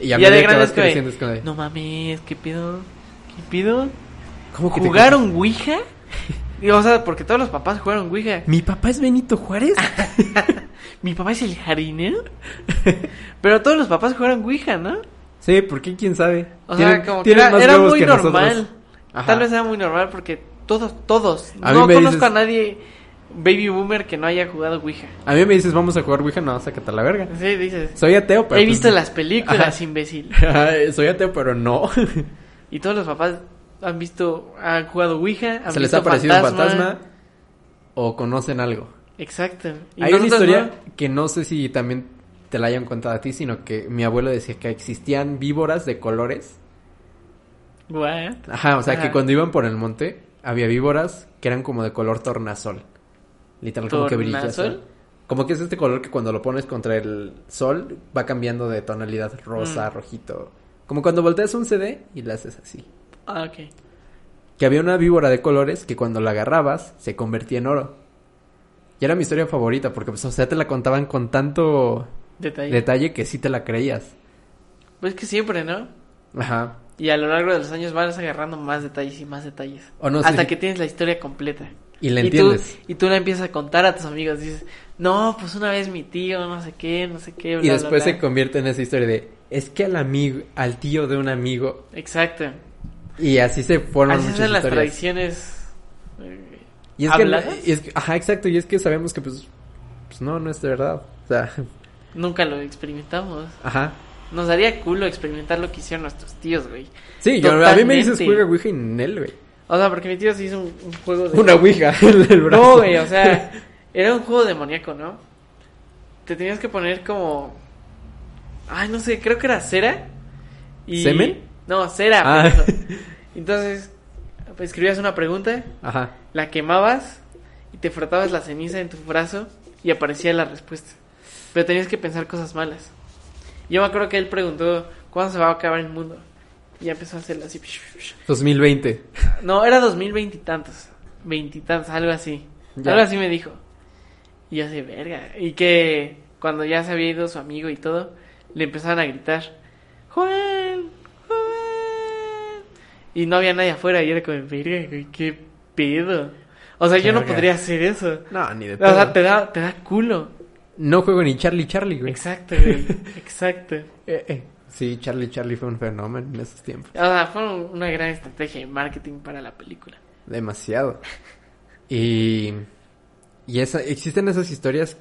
S1: Y
S2: Y
S1: ya, medida
S2: ya, de
S1: que
S2: grande
S1: vas
S2: es como de,
S1: creciendo es como de,
S2: No mames, ¿qué pido? ¿Qué pido?
S1: ¿cómo que te [LAUGHS]
S2: ¿Jugaron Ouija? Y, o sea, porque todos los papás jugaron Ouija.
S1: crees? Mi papá es Benito Juárez.
S2: Mi papá es el jardinero. [LAUGHS] Pero todos los papás jugaron Ouija, ¿no?
S1: [LAUGHS] sí, ¿por qué? ¿Quién sabe?
S2: O
S1: Tienen-
S2: sea, como que
S1: tienen
S2: era,
S1: más
S2: era
S1: huevos
S2: muy
S1: que nosotros.
S2: normal.
S1: Ajá.
S2: Tal vez era muy normal porque todos, todos.
S1: A mí
S2: no
S1: me
S2: conozco
S1: dices-
S2: a nadie baby boomer que no haya jugado Ouija.
S1: A mí me dices, vamos a jugar Ouija, no, sácate a la verga.
S2: Sí, dices.
S1: Soy ateo, pero...
S2: He
S1: pues-
S2: visto las películas,
S1: Ajá.
S2: imbécil.
S1: Ajá, [LAUGHS] Soy ateo, pero no.
S2: Y todos los papás han visto, han jugado Ouija, han
S1: Se
S2: visto
S1: les ha parecido un fantasma o conocen algo.
S2: Exacto. Y
S1: Hay una
S2: nosotros
S1: historia que no sé si también te la hayan contado a ti, sino que mi abuelo decía que existían víboras de colores.
S2: no. What?
S1: Ajá, o sea, que
S2: Ajá.
S1: cuando iban por el monte había víboras que eran como de color tornasol. Literal, como que brilla.
S2: ¿Tornasol?
S1: ¿sabes? Como que es este color que cuando lo pones contra el sol va cambiando de tonalidad rosa,
S2: Mm.
S1: rojito. Como cuando volteas un CD y la haces así.
S2: Ah, ok.
S1: que había una víbora de colores que cuando la agarrabas se convertía en oro. Y era mi historia favorita porque, pues, o sea, te la contaban con tanto
S2: Detalle.
S1: detalle que sí te la creías.
S2: Pues que siempre, ¿no?
S1: Ajá.
S2: Y a lo largo de los años vas agarrando más detalles y más detalles.
S1: O no,
S2: hasta
S1: sí.
S2: que tienes la historia completa.
S1: Y la
S2: tú-
S1: entiendes.
S2: Y tú, la empiezas a contar a tus amigos. Dices, no, pues una vez mi tío, no sé qué, no sé qué.
S1: Y después se
S2: se...
S1: convierte en esa historia de, es que al amigo, al tío de un amigo.
S2: Exacto.
S1: Y así se forman
S2: Así
S1: muchas
S2: son las
S1: historias.
S2: tradiciones. eh,
S1: Y es que,
S2: ¿Habladas?
S1: y es que- ajá, exacto. Y es que sabemos que, pues, pues, no, no es de verdad. O sea, [LAUGHS]
S2: Nunca lo experimentamos.
S1: ajá.
S2: Nos daría culo experimentar lo que hicieron nuestros tíos, güey.
S1: Sí, yo, a mí me dices
S2: Totalmente.
S1: juega Ouija y Nel,
S2: [LAUGHS]
S1: güey.
S2: O sea, porque mi tío se hizo un, un juego de...
S1: Una Ouija [LAUGHS] en el brazo.
S2: No, güey, o sea, era un juego demoníaco, ¿no? Te tenías que poner como. Ay, no sé, creo que era cera. Y...
S1: ¿Semen?
S2: No, cera.
S1: Ah.
S2: pendejo. Entonces, pues, escribías una pregunta,
S1: [LAUGHS] Ajá.
S2: la quemabas y te frotabas la ceniza en tu brazo y aparecía la respuesta. Pero tenías que pensar cosas malas. Yo me acuerdo que él preguntó: ¿Cuándo se va a acabar el mundo? Y ya empezó a hacerlo así.
S1: 2020.
S2: No, era 2020 y tantos. Veintitantos, algo así.
S1: Ya.
S2: Algo así me dijo. Y yo así, verga. Y que cuando ya se había ido su amigo y todo, le empezaban a gritar, Juan, Juan. Y no había nadie afuera y era como, verga, güey, qué pedo. O sea, yo no
S1: Verga.
S2: podría hacer eso.
S1: No, ni de
S2: O sea,
S1: pedo.
S2: te da, te da culo.
S1: No juego ni Charlie Charlie, güey.
S2: Exacto,
S1: [LAUGHS]
S2: güey. Exacto.
S1: Eh, eh. Sí, Charlie Charlie fue un fenómeno en esos tiempos.
S2: O sea, fue un- una gran estrategia de marketing para la película.
S1: Demasiado. Y. Y esa, existen esas historias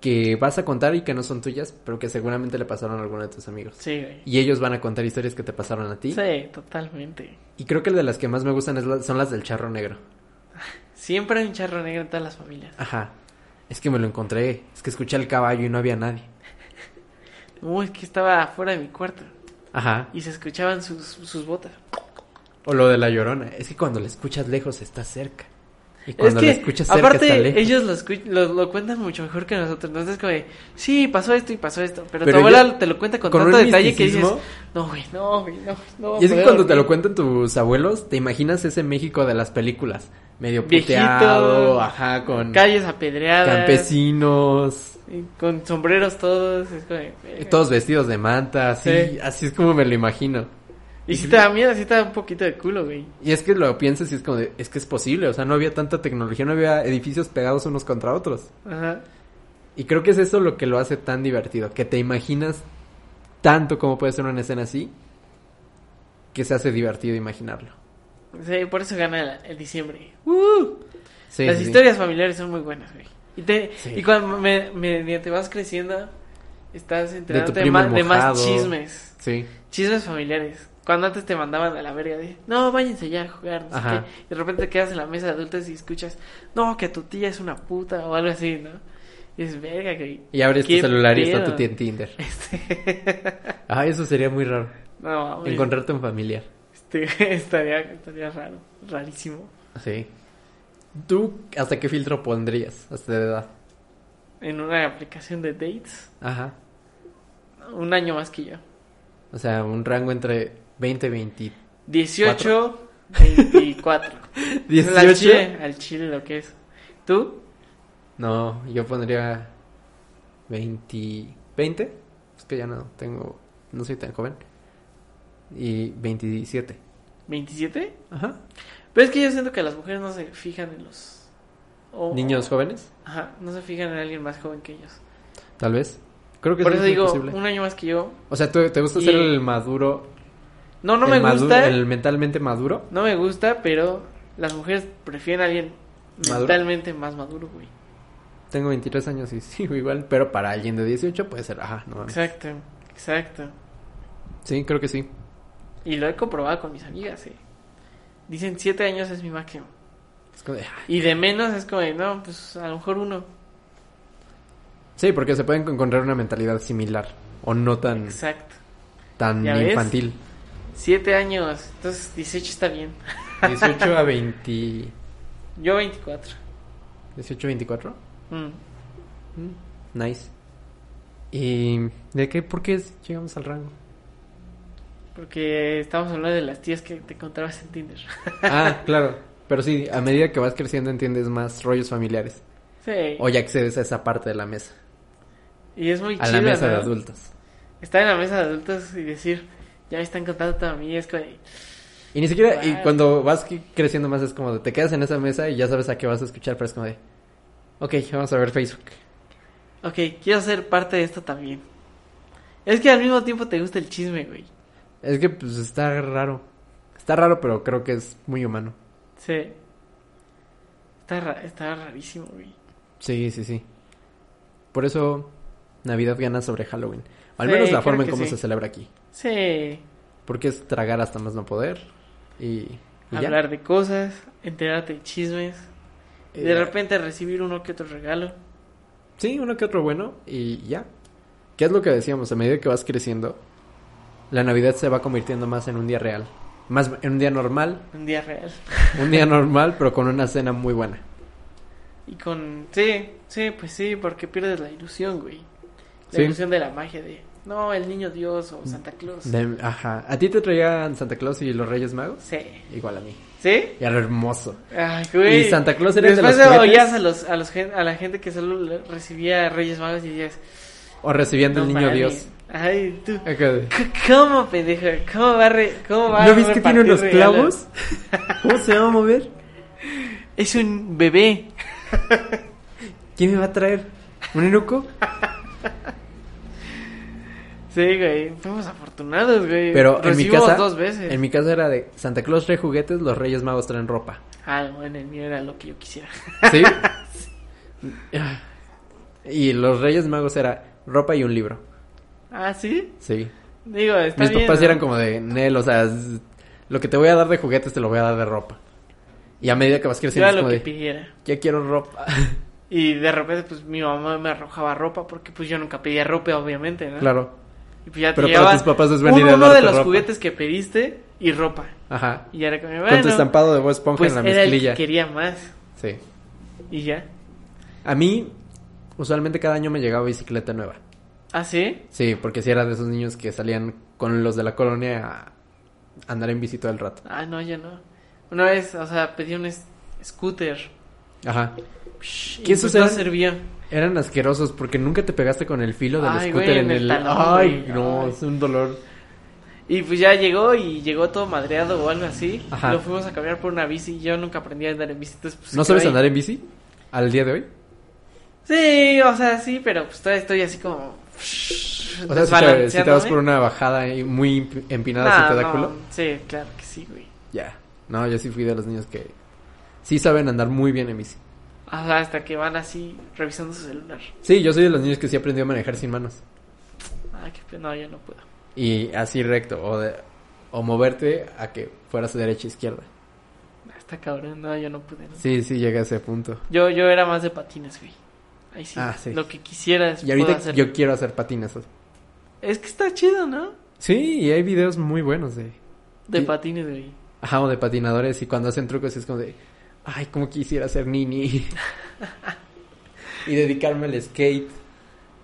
S1: que vas a contar y que no son tuyas, pero que seguramente le pasaron a alguno de tus amigos.
S2: Sí, güey.
S1: Y ellos van a contar historias que te pasaron a ti.
S2: Sí, totalmente.
S1: Y creo que de las que más me gustan es la- son las del charro negro.
S2: Siempre hay un charro negro en todas las familias.
S1: Ajá. Es que me lo encontré. Es que escuché el caballo y no había nadie.
S2: Uy, es que estaba afuera de mi cuarto
S1: Ajá.
S2: y se escuchaban sus, sus botas.
S1: O lo de la llorona. Es que cuando la escuchas lejos está cerca. Y cuando
S2: es que,
S1: la escuchas cerca
S2: aparte,
S1: está lejos.
S2: ellos lo, escu- lo, lo cuentan mucho mejor que nosotros. Entonces, como de, sí, pasó esto y pasó esto. Pero,
S1: Pero
S2: tu abuela
S1: ella-
S2: te lo cuenta con,
S1: con un
S2: tanto detalle que dices,
S1: misticismo.
S2: no, güey, no, güey, no, no.
S1: Y es que
S2: güey,
S1: cuando te
S2: güey".
S1: lo cuentan tus abuelos, te imaginas ese México de las películas. Medio
S2: Viejito,
S1: puteado, ajá, con
S2: Calles apedreadas.
S1: campesinos,
S2: y Con sombreros todos. Es como de, "Verga".
S1: todos vestidos de manta, así,
S2: Sí.
S1: así es como me lo imagino.
S2: Y si te da miedo, si te da un poquito de culo, güey.
S1: Y es que lo piensas y es como de, es que es posible, o sea, no había tanta tecnología, no había edificios pegados unos contra otros.
S2: Ajá.
S1: Y creo que es eso lo que lo hace tan divertido, que te imaginas tanto como puede ser una escena así, que se hace divertido imaginarlo.
S2: Sí, por eso gana la- el diciembre. ¡Uh!
S1: Sí,
S2: Las
S1: sí, sí.
S2: historias familiares son muy buenas, güey. Y, te,
S1: Sí.
S2: y cuando me, me- me- te vas creciendo, estás enterándote de
S1: primo
S2: más,
S1: el
S2: de más
S1: mojado.
S2: chismes.
S1: Sí.
S2: Chismes familiares. Cuando antes te mandaban a la verga de, no, váyanse ya a jugar, no sé
S1: Ajá.
S2: qué. Y de repente te quedas en la mesa de adultos y escuchas, no, que tu tía es una puta o algo así, ¿no? Y es verga, güey. [LAUGHS]
S1: Y abres tu
S2: ¿Qué
S1: celular y está
S2: pedo?".
S1: tu tía en Tinder. Ah, eso sería muy raro.
S2: Este, No, mames.
S1: Encontrarte un familiar.
S2: Este, [LAUGHS] estaría, estaría raro, rarísimo.
S1: Sí. ¿Tú hasta qué filtro pondrías? Hasta de edad.
S2: En una aplicación de dates,
S1: Ajá.
S2: un año más que yo.
S1: O sea, un rango entre 20 y 20.
S2: 18 24. Al
S1: 18.
S2: chile, al chile lo que es. ¿Tú?
S1: No, yo pondría 20. ¿20? Es que ya no tengo. No soy tan joven. Y 27.
S2: ¿27?
S1: Ajá.
S2: Pero es que yo siento que las mujeres no se fijan en los... o-
S1: Niños jóvenes,
S2: Ajá, no se fijan en alguien más joven que ellos.
S1: tal vez. Creo que
S2: Por
S1: sí
S2: eso
S1: es
S2: digo,
S1: posible.
S2: un año más que yo.
S1: O sea, ¿tú- ¿te gusta
S2: Y-
S1: ser el maduro?
S2: No, no
S1: el
S2: me
S1: madu-
S2: gusta.
S1: ¿El mentalmente maduro?
S2: No me gusta, pero las mujeres prefieren a alguien
S1: ¿Maduro?
S2: mentalmente más maduro, güey.
S1: Tengo 23 años y [LAUGHS] sigo igual, pero para alguien de 18 puede ser, ajá, no mames.
S2: Exacto, exacto.
S1: Sí, creo que sí.
S2: Y lo he comprobado con mis amigas, eh. Dicen siete años es mi máximo.
S1: Es como de, ah.
S2: Y de menos es como, de, no, pues a lo mejor uno.
S1: Sí, porque se pueden encontrar una mentalidad similar o no tan,
S2: Exacto.
S1: tan
S2: ¿Ya ves? [LAUGHS]
S1: infantil.
S2: Siete años, entonces 18 está bien.
S1: 18 a 20...
S2: Yo 24.
S1: 18, 24.
S2: Mm.
S1: Mm, Nice. ¿Y de qué? ¿Por qué es- llegamos al rango?
S2: Porque estamos hablando de las tías que te encontrabas en Tinder.
S1: Ah, claro. Pero sí, a medida que vas creciendo entiendes más rollos familiares.
S2: [LAUGHS] sí.
S1: O ya accedes a esa parte de la mesa.
S2: Y es muy
S1: A
S2: chido.
S1: la mesa
S2: ¿no?
S1: de adultos.
S2: Estar en la mesa de adultos y decir, ya me están contando toda mi vida", es como, de,
S1: Y ni siquiera, y
S2: Wow.
S1: cuando vas cre- creciendo más es como de, te quedas en esa mesa y ya sabes a qué vas a escuchar, pero es como de, ok, vamos a ver Facebook.
S2: ok, quiero ser parte de esto también. Es que al mismo tiempo te gusta el chisme, güey.
S1: Es que pues está raro. Está raro, pero creo que es muy humano.
S2: Sí. Está, ra- está rarísimo, güey.
S1: Sí, sí, sí. Por eso Navidad gana sobre Halloween. O al
S2: Sí,
S1: menos la
S2: creo
S1: forma en
S2: que
S1: cómo
S2: sí.
S1: se celebra aquí.
S2: Sí.
S1: Porque es tragar hasta más no poder. Y, y ya.
S2: Hablar de cosas, enterarte de chismes. y
S1: Eh,
S2: de repente recibir uno que otro regalo.
S1: Sí, uno que otro bueno y ya. ¿Qué es lo que decíamos? A medida que vas creciendo, la Navidad se va convirtiendo más en un día real. Más en un día normal.
S2: Un día real.
S1: Un
S2: [LAUGHS]
S1: día normal, pero con una cena muy buena.
S2: Y con. Sí, sí, pues sí, porque pierdes la ilusión, güey. La
S1: Sí.
S2: ilusión de la magia de. No, el niño Dios o Santa Claus.
S1: De- ajá. ¿A ti te traían Santa Claus y los Reyes Magos?
S2: Sí.
S1: Igual a mí.
S2: ¿Sí?
S1: Y a lo hermoso.
S2: Ay, güey.
S1: Y Santa Claus era el de
S2: Después
S1: los
S2: de
S1: juguetes.
S2: oías a, los, a, los, gen- a la gente que solo le- recibía Reyes Magos y decías.
S1: O recibiendo
S2: "No
S1: el niño
S2: mames".
S1: Dios.
S2: Ay, tú.
S1: Acá de-
S2: C- ¿Cómo, pendejo? ¿Cómo va a re- cómo va a
S1: ¿No ves que tiene
S2: repartir
S1: unos
S2: regalos?
S1: clavos? ¿Cómo se va a mover?
S2: Es un bebé.
S1: ¿Quién me va a traer? ¿Un enuco?
S2: Sí, güey. Fuimos afortunados, güey.
S1: Pero en mi
S2: Recibimos
S1: casa.
S2: dos veces.
S1: En mi casa era de Santa Claus trae juguetes, los Reyes Magos traen ropa.
S2: Ah, bueno, el mío era lo que yo quisiera. [LAUGHS]
S1: ¿Sí? [LAUGHS] y los Reyes Magos era ropa y un libro.
S2: Ah, ¿sí?
S1: Sí.
S2: Digo, está
S1: Mis
S2: bien,
S1: papás
S2: ¿no?
S1: eran como de Nel, o sea, es- lo que te voy a dar de juguetes te lo voy a dar de ropa. Y a medida que vas
S2: Yo
S1: creciendo
S2: era
S1: es
S2: lo
S1: como
S2: que
S1: de,
S2: pidiera.
S1: ya quiero
S2: [LAUGHS]
S1: ropa.
S2: Y de repente, pues, mi mamá me arrojaba ropa porque, pues, yo nunca pedía ropa, obviamente, ¿no?
S1: claro.
S2: Y pues ya te
S1: Pero para
S2: llegaba
S1: tus papás es
S2: un-
S1: venir a
S2: uno de
S1: darte
S2: los
S1: ropa.
S2: juguetes que pediste y ropa.
S1: Ajá.
S2: Y ya era como,
S1: Con tu
S2: bueno,
S1: estampado de Bob Esponja
S2: pues
S1: en la
S2: era el que
S1: mezclilla.
S2: quería más.
S1: Sí.
S2: Y ya.
S1: A mí, usualmente cada año me llegaba bicicleta nueva.
S2: ¿Ah, sí?
S1: Sí, porque si era de esos niños que salían con los de la colonia a andar en bici todo el rato.
S2: Ah, no, yo no. Una vez, o sea, pedí un es- scooter.
S1: Ajá.
S2: ¿Qué
S1: ¿Qué
S2: eso
S1: sucede?
S2: no servía.
S1: Eran asquerosos porque nunca te pegaste con el filo del
S2: Ay,
S1: scooter
S2: güey,
S1: en
S2: en el
S1: el...
S2: talón,
S1: Ay,
S2: güey.
S1: no,
S2: Ay.
S1: es un dolor.
S2: Y pues ya llegó y llegó todo madreado o algo así.
S1: Ajá.
S2: Lo fuimos a cambiar por una bici. y Yo nunca aprendí a andar en bici. entonces, pues,
S1: ¿No
S2: se quedó
S1: sabes
S2: ahí.
S1: andar en bici? ¿Al día de hoy?
S2: Sí, o sea, sí, pero pues todavía estoy así como.
S1: O sea, si te, si te vas
S2: ¿eh?
S1: por una bajada ahí muy emp- empinada si ¿Ah, te da culo.
S2: "Ah, Sí, claro que sí, güey.
S1: Ya. No, yo sí fui de los niños que sí saben andar muy bien en bici.
S2: O sea, hasta que van así revisando su celular.
S1: Sí, yo soy de los niños que sí aprendió a manejar sin manos.
S2: Ah, qué pena, no, yo no puedo.
S1: Y así recto. O, de- o moverte a que fueras derecha e izquierda.
S2: Está cabrón, no, yo no pude. ¿no?
S1: Sí, sí, llegué a ese punto.
S2: Yo, yo era más de patines, güey. Ahí sí.
S1: Ah, sí.
S2: Lo que quisieras.
S1: Y ahorita
S2: puedo hacer.
S1: yo quiero hacer patinazos.
S2: Es que está chido, ¿no?
S1: Sí, y hay videos muy buenos de...
S2: De
S1: Sí.
S2: patines, güey.
S1: Ajá, o de patinadores y cuando hacen trucos es como de, ay, cómo quisiera ser
S2: [LAUGHS]
S1: nini. y dedicarme al skate.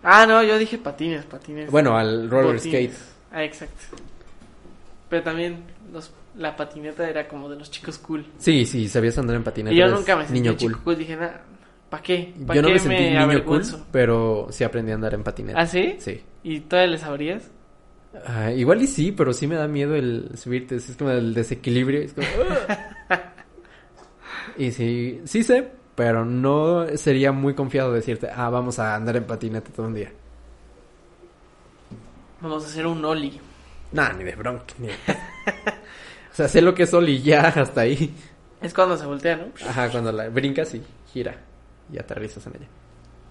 S2: Ah, no, yo dije patines, patines.
S1: Bueno, al roller
S2: Botines.
S1: skate.
S2: Ah, exacto. Pero también los, la patineta era como de los chicos cool.
S1: Sí, sí, sabías andar en patineta.
S2: Y yo
S1: eres
S2: nunca me sentí
S1: niño
S2: chico
S1: cool.
S2: cool. Dije, nada, ¿para qué? ¿Para
S1: Yo no
S2: qué
S1: me sentí niño cool,
S2: avergüenzo?
S1: pero sí aprendí a andar en patineta.
S2: ¿Ah, sí?
S1: Sí.
S2: ¿Y todavía le sabrías?
S1: Ah, igual y sí, pero sí me da miedo el subirte. Es como el desequilibrio. es como, "Ah". y sí, sí sé, pero no sería muy confiado decirte, ah, vamos a andar en patineta todo un día.
S2: Vamos a hacer un ollie.
S1: Nah, ni de bronca. Ni de- [LAUGHS] o sea, sé lo que es Oli ya hasta ahí.
S2: Es cuando se voltea, ¿no?
S1: Ajá, cuando la brincas y gira y aterrizas en ella.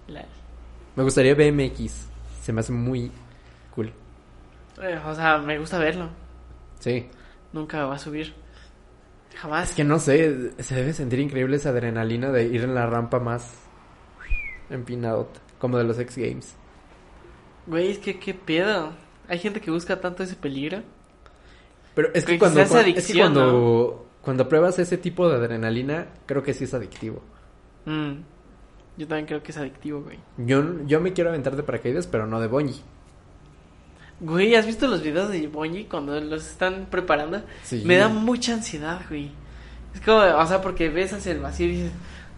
S2: La-
S1: Me gustaría BMX. Se me hace muy cool.
S2: eh, o sea, me gusta verlo.
S1: Sí.
S2: Nunca va a subir. Jamás.
S1: Es que no sé, se debe sentir increíble esa adrenalina de ir en la rampa más empinado, como de los X Games.
S2: Güey, es que qué pedo. Hay gente que busca tanto ese peligro.
S1: Pero es que
S2: Que
S1: cuando,
S2: quizás
S1: cuando- es que
S2: adicción,
S1: cuando, cuando pruebas ese tipo de adrenalina, creo que sí es adictivo.
S2: Mm. Yo también creo que es adictivo, güey.
S1: Yo, yo me quiero aventar de paracaídas, pero no de bungee.
S2: Güey, ¿has visto los videos de Bonji cuando los están preparando?
S1: Sí.
S2: Me da mucha ansiedad, güey. Es como, o sea, porque ves hacia el vacío y dices,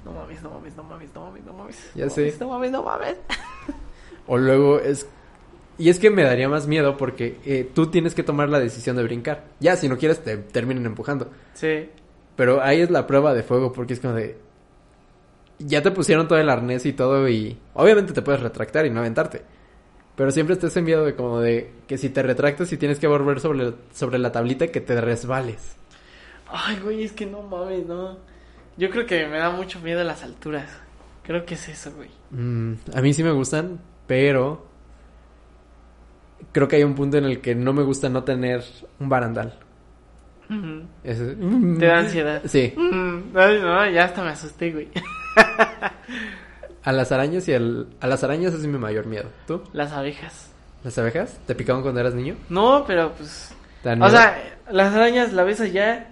S2: no mames, no mames, no mames, no mames, no mames.
S1: Ya
S2: no
S1: sé.
S2: mames, no mames, no mames.
S1: O luego es... Y es que me daría más miedo porque eh, tú tienes que tomar la decisión de brincar. Ya, si no quieres, te terminen empujando.
S2: Sí.
S1: Pero ahí es la prueba de fuego porque es como de... Ya te pusieron todo el arnés y todo y... Obviamente te puedes retractar y no aventarte. Pero siempre estés en miedo de como de... Que si te retractas y tienes que volver sobre, sobre la tablita que te resbales.
S2: Ay, güey, es que no mames, no. Yo creo que me da mucho miedo las alturas. Creo que es eso, güey.
S1: Mm, a mí sí me gustan, pero... Creo que hay un punto en el que no me gusta no tener un barandal.
S2: Ujú.
S1: Ese-
S2: Te da ansiedad.
S1: Sí.
S2: Mm, ay, no, ya hasta me asusté, güey. [LAUGHS]
S1: A las arañas y al... A las arañas es mi mayor miedo. ¿Tú?
S2: Las abejas.
S1: ¿Las abejas? ¿Te picaban cuando eras niño?
S2: No, pero pues.
S1: ¿Te dan
S2: O
S1: miedo?
S2: sea, las arañas la ves allá,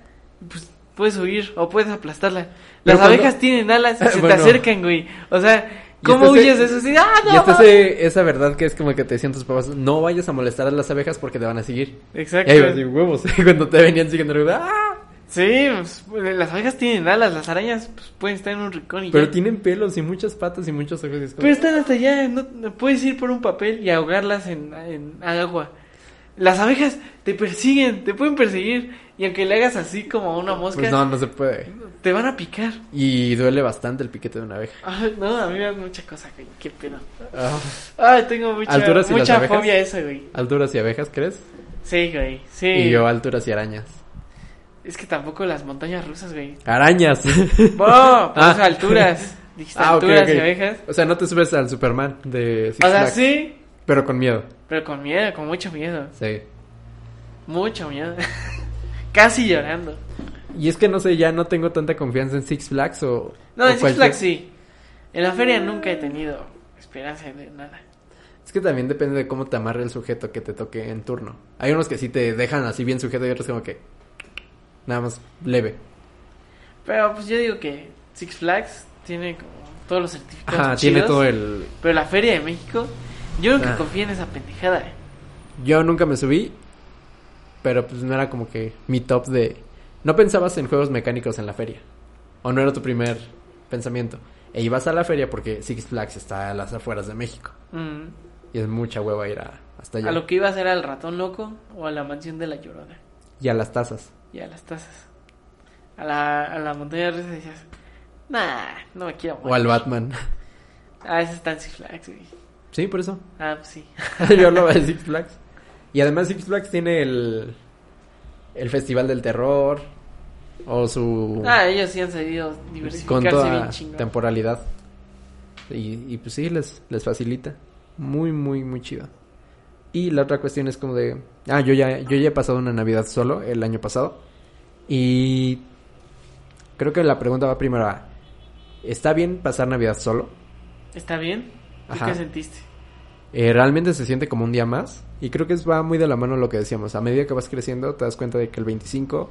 S2: pues puedes huir o puedes aplastarla.
S1: Pero
S2: Las
S1: cuando-
S2: abejas tienen
S1: [LAUGHS]
S2: alas y se
S1: Bueno.
S2: te acercan, güey. O sea,
S1: Y
S2: ¿cómo
S1: este
S2: huyes
S1: se-
S2: de eso? Así, ¡ah, no!
S1: Y esta es esa verdad que es como que te decían tus papás, no vayas a molestar a las abejas porque te van a seguir. Y
S2: Exacto.
S1: ahí vas de huevos. [LAUGHS] Y cuando te venían siguiendo, era como, ¡ah!
S2: Sí, pues, pues, las abejas tienen alas, las arañas pues, pueden estar en un rincón y
S1: pero
S2: ya.
S1: tienen pelos y muchas patas y muchos ojos. y es como-
S2: Pero están hasta allá, no, no puedes ir por un papel y ahogarlas en, en agua. Las abejas te persiguen, te pueden perseguir y aunque le hagas así como a una mosca,
S1: Pues no, no se puede.
S2: te van a picar. [LAUGHS]
S1: Y duele bastante el piquete de una abeja.
S2: Ay, no, a mí me da mucha cosa, güey, qué pedo.
S1: Ah,
S2: Ay, tengo mucha,
S1: ¿Alturas y las
S2: mucha
S1: abejas?
S2: fobia a eso, güey.
S1: alturas y abejas, ¿crees?
S2: Sí, güey, sí.
S1: Y yo ah. alturas y arañas.
S2: Es que tampoco las montañas rusas, güey.
S1: ¡Arañas! [LAUGHS]
S2: ¡Wow! Por
S1: Ah. [LAUGHS]
S2: eso alturas. Dijiste
S1: Ah, ok,
S2: alturas
S1: ok.
S2: y abejas.
S1: o sea, no te subes al Superman de Six
S2: O sea,
S1: Flags,
S2: sí,
S1: Pero con miedo.
S2: pero con miedo, con mucho miedo.
S1: Sí.
S2: Mucho miedo. [LAUGHS] Casi llorando.
S1: Y es que no sé, ya no tengo tanta confianza en Six Flags o.
S2: No,
S1: o
S2: en Six
S1: cualquier-
S2: Flags sí. En la feria nunca he tenido esperanza de nada.
S1: Es que también depende de cómo te amarre el sujeto que te toque en turno. Hay unos que sí te dejan así bien sujeto y otros como que nada más leve.
S2: Pero pues yo digo que Six Flags tiene como todos los certificados.
S1: Ajá, tiene
S2: chidos,
S1: todo el...
S2: Pero la feria de México, yo nunca
S1: Ah.
S2: confío en esa pendejada. eh.
S1: Yo nunca me subí, pero pues no era como que mi top de... No pensabas en juegos mecánicos en la feria. O no era tu primer pensamiento. E ibas a la feria porque Six Flags está a las afueras de México.
S2: Mm.
S1: Y es mucha hueva ir a- hasta allá.
S2: A lo que iba a ser al ratón loco o a la mansión de la llorona
S1: Y a las tazas.
S2: y a las tazas. A la, a la montaña rusa decías, nah, no me quiero
S1: O
S2: morir.
S1: al Batman.
S2: Ah, ese está en Six Flags, güey.
S1: [LAUGHS] sí, por eso.
S2: Ah, pues sí.
S1: [LAUGHS] Yo hablaba de
S2: [LAUGHS]
S1: Six Flags. Y además Six Flags tiene el, el Festival del Terror o su
S2: Ah, ellos sí han sabido
S1: con
S2: diversificarse bien
S1: toda
S2: chingón.
S1: temporalidad. Y, y pues sí, les, les facilita. Muy, muy, muy chido. Y la otra cuestión es como de... Ah, yo ya, yo ya he pasado una Navidad solo el año pasado. Y creo que la pregunta va primero a... ¿Está bien pasar Navidad solo?
S2: ¿Está bien? ¿Tú
S1: Ajá.
S2: qué sentiste?
S1: eh, realmente se siente como un día más. Y creo que es, va muy de la mano lo que decíamos. A medida que vas creciendo, te das cuenta de que el 25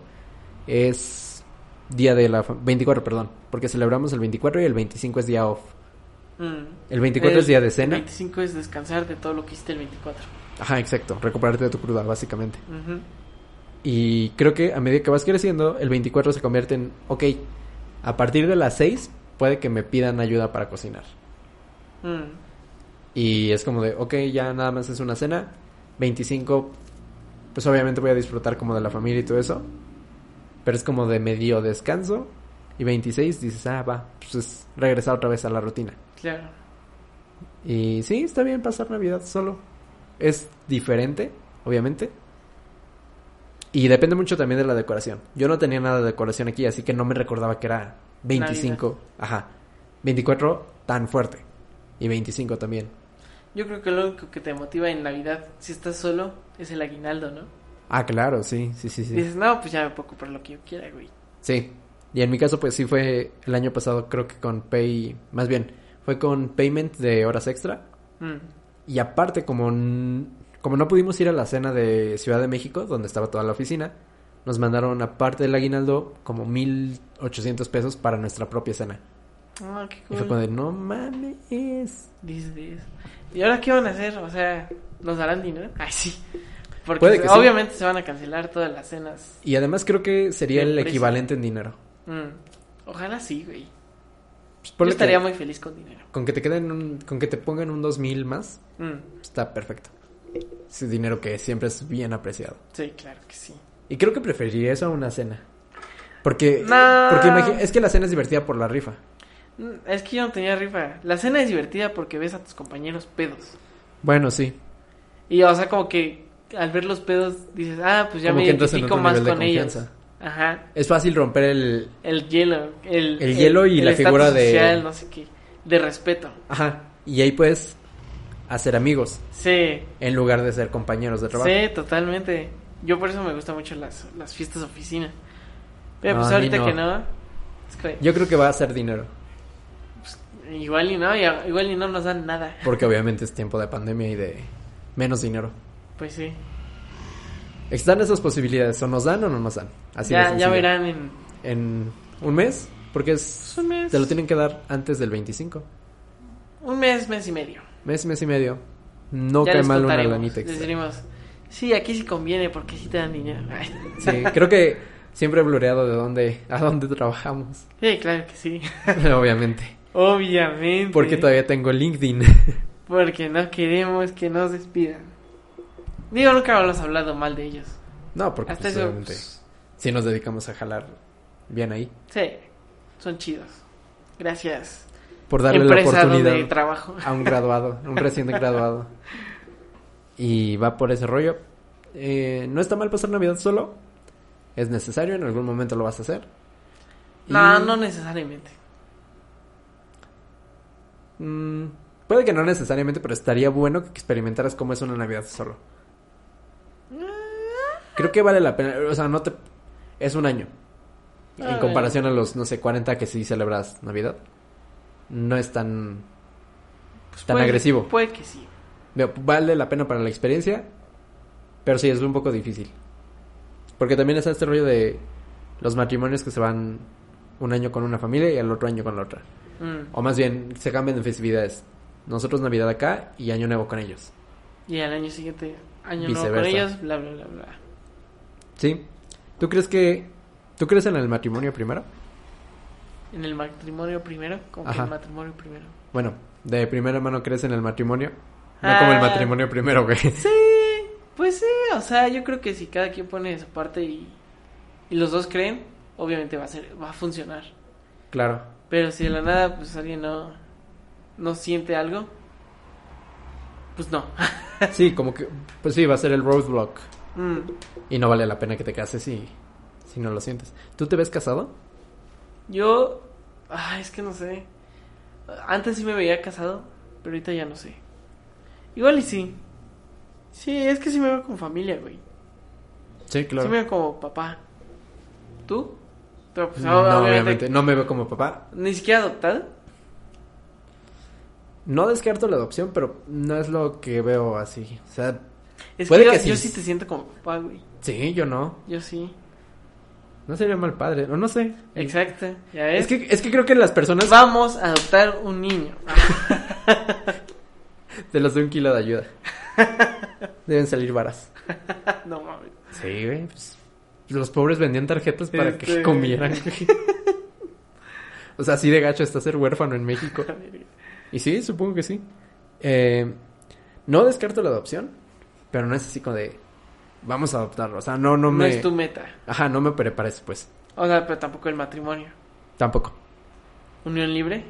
S1: es día de la... fa- 24, perdón. Porque celebramos el 24 y el 25 es día off.
S2: Mm.
S1: El 24 es día de cena.
S2: 25 es descansar de todo lo que hiciste el 24.
S1: Ajá, exacto. Recuperarte de tu cruda, básicamente.
S2: Ujú.
S1: Y creo que a medida que vas creciendo, el 24 se convierte en, ok, a partir de las 6 puede que me pidan ayuda para cocinar.
S2: Mm.
S1: Y es como de, ok, ya nada más es una cena. 25, pues obviamente voy a disfrutar como de la familia y todo eso. Pero es como de medio descanso. Y 26 dices, ah, va, pues es regresar otra vez a la rutina.
S2: Claro.
S1: Y sí, está bien pasar Navidad solo. Es diferente, obviamente. Y depende mucho también de la decoración. Yo no tenía nada de decoración aquí, así que no me recordaba que era 25, ajá, 24 tan fuerte. Y 25 también.
S2: Yo creo que lo único que te motiva en Navidad, si estás solo, es el aguinaldo, ¿no?
S1: Ah, claro, sí, sí, sí, sí.
S2: Dices, no, pues ya me puedo comprar lo que yo quiera, güey.
S1: Sí. Y en mi caso, pues sí fue el año pasado, creo que con Pay, más bien, fue con Payment de horas extra.
S2: Mm.
S1: Y aparte, como, n- como no pudimos ir a la cena de Ciudad de México, donde estaba toda la oficina, nos mandaron, aparte del aguinaldo, como 1.800 pesos para nuestra propia cena.
S2: Ah, qué
S1: Y
S2: cool.
S1: fue como de, no mames.
S2: Dices, dices. ¿Y ahora qué van a hacer? O sea, nos darán dinero. Ay, sí. Porque
S1: Puede que sí.
S2: obviamente se van a cancelar todas las cenas.
S1: Y además creo que sería
S2: Qué
S1: el
S2: precio.
S1: equivalente en dinero.
S2: Mm. Ojalá sí, güey.
S1: Pues
S2: Yo
S1: ponle que-
S2: estaría muy feliz con dinero.
S1: Con que te queden un- con que te pongan un 2000 más,
S2: Mm.
S1: está perfecto. Es dinero que siempre es bien apreciado.
S2: Sí, claro que sí.
S1: Y creo que preferiría eso a una cena. Porque,
S2: No.
S1: porque imagi- es que la cena es divertida por la rifa.
S2: Mm, Es que yo no tenía rifa. La cena es divertida porque ves a tus compañeros pedos.
S1: Bueno, sí.
S2: Y o sea, como que al ver los pedos dices, ah, pues ya
S1: Como
S2: me
S1: que entras en
S2: identifico
S1: otro
S2: más
S1: nivel de
S2: con ellos.
S1: confianza.
S2: Ajá.
S1: Es fácil romper el...
S2: El hielo. El,
S1: El hielo y la
S2: estatus
S1: figura de-
S2: social, no sé qué. De respeto.
S1: Ajá. Y ahí puedes hacer amigos
S2: Sí.
S1: en lugar de ser compañeros de trabajo.
S2: Sí, totalmente. Yo por eso me gustan mucho las, las fiestas de oficina. Pero
S1: No,
S2: pues
S1: a mí
S2: ahorita
S1: no.
S2: que no. es que
S1: Yo creo que va a ser dinero.
S2: igual y no, y- igual y no nos dan nada.
S1: Porque obviamente es tiempo de pandemia y de menos dinero.
S2: Pues sí.
S1: Están esas posibilidades. O nos dan o no nos dan. Así de
S2: ya, ya
S1: sencillo.
S2: verán en.
S1: En un mes. Porque es...
S2: pues, un mes.
S1: Te lo tienen que dar antes del 25.
S2: Un mes, mes y medio.
S1: Mes, mes y medio. No
S2: ya
S1: cae
S2: les
S1: mal una
S2: contaremos.
S1: lanita
S2: Les
S1: extra.
S2: diremos. Sí, aquí sí conviene porque sí te dan dinero. [LAUGHS]
S1: Sí, creo que siempre he blureado de dónde, a dónde trabajamos. [LAUGHS]
S2: Sí, claro que sí.
S1: Obviamente.
S2: Obviamente.
S1: Porque todavía tengo LinkedIn. [LAUGHS]
S2: Porque no queremos que nos despidan. Digo, nunca hemos hablado mal de ellos.
S1: No, porque
S2: Hasta
S1: pues,
S2: eso.
S1: obviamente sí nos dedicamos a jalar bien ahí.
S2: Sí, son chidos. Gracias.
S1: Por darle
S2: Empresa
S1: la
S2: donde
S1: oportunidad
S2: trabajo.
S1: a un graduado, a un recién graduado. Y va por ese rollo. Eh, no está mal pasar Navidad solo. Es necesario, en algún momento lo vas a hacer. Y,
S2: No, no necesariamente.
S1: mm, puede que no necesariamente, pero estaría bueno que experimentaras cómo es una Navidad solo. Creo que vale la pena. O sea, no te. Es un año.
S2: Ah,
S1: en comparación a los, no sé, 40 que sí celebras Navidad. No es tan. tan
S2: Pues Puede-
S1: agresivo.
S2: Puede que sí.
S1: Veo, Vale la pena para la experiencia. Pero sí, es un poco difícil. Porque también está este rollo de los matrimonios que se van un año con una familia y al otro año con la otra.
S2: Mm,
S1: O más bien, se cambian de festividades. Nosotros Navidad acá y Año Nuevo con ellos.
S2: Y al año siguiente, año nuevo con
S1: Viceversa.
S2: ellos, bla, bla, bla, bla.
S1: ¿Sí? ¿Tú crees que... ¿Tú crees en el matrimonio primero?
S2: En el matrimonio primero, como que
S1: Ajá.
S2: el matrimonio primero.
S1: Bueno, de primera mano crees en el matrimonio. No
S2: Ah.
S1: como el matrimonio primero, güey. [LAUGHS]
S2: Sí, pues sí, o sea, yo creo que si cada quien pone de su parte y, y los dos creen, obviamente va a ser, va a funcionar.
S1: Claro.
S2: Pero si de la nada, pues alguien no, no siente algo, pues no. [LAUGHS]
S1: Sí, como que... Pues sí, va a ser el roadblock.
S2: Mm,
S1: Y no vale la pena que te cases si, si no lo sientes. ¿Tú te ves casado?
S2: Yo, ah, es que no sé. Antes sí me veía casado, pero ahorita ya no sé. Igual y sí. Sí, es que sí me veo con familia, güey.
S1: Sí,
S2: Sí me veo como papá. ¿Tú? Pero pues
S1: no,
S2: ahora,
S1: obviamente.
S2: obviamente.
S1: No me veo como papá.
S2: Ni siquiera adoptado.
S1: No descarto la adopción, pero no es lo que veo así. O sea,
S2: Es
S1: Puede
S2: que,
S1: que
S2: yo,
S1: sí.
S2: yo sí te siento como papá, güey.
S1: sí, yo no.
S2: Yo sí.
S1: No sería mal padre. No, no sé.
S2: Exacto. Ya ves.
S1: Es que, es que creo que las personas
S2: vamos a adoptar un niño. [LAUGHS]
S1: te las doy un
S2: [LAUGHS]
S1: kilo de ayuda. Deben salir varas.
S2: Ah, no mames.
S1: Sí, güey. pues, Los pobres vendían tarjetas para que
S2: [LAUGHS]
S3: Este-
S1: comieran. o sea, así de gacho está ser huérfano en México. Y sí, supongo que sí. Eh, no descarto la adopción, pero no es así como de vamos a adoptarlo. O sea, no, no
S2: No
S1: me.
S2: es tu meta.
S1: Ajá, no me preparé eso, pues.
S2: O sea, pero tampoco el matrimonio.
S1: Tampoco.
S2: Unión libre.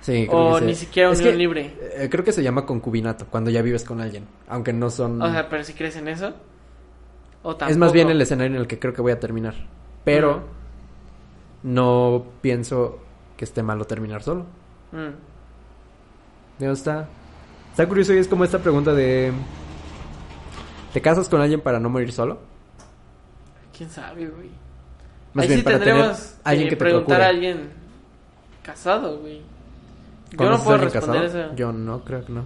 S1: Sí, creo
S2: O
S1: que
S2: ni
S1: se-
S2: siquiera
S1: es
S2: unión
S1: que,
S2: libre.
S1: eh, creo que se llama concubinato, cuando ya vives con alguien. Aunque no son.
S2: O sea, pero si crees en eso. O tampoco.
S1: Mm. es más bien el escenario en el que creo que voy a terminar. Pero
S2: Ujú.
S1: no pienso que esté malo terminar solo.
S2: Mm.
S1: Digo, está. Está curioso y es como esta pregunta de. ¿Te casas con alguien para no morir solo?
S2: ¿Quién sabe, güey?
S1: Más
S2: Ahí
S1: bien
S2: sí
S1: para tener
S2: tendremos
S1: alguien
S2: que,
S1: que te
S2: preguntar
S1: procure.
S2: a alguien casado, güey. Yo no
S1: ¿Conoces a
S2: puedo
S1: alguien
S2: responder
S1: casado?
S2: eso.
S1: Yo no, creo que no.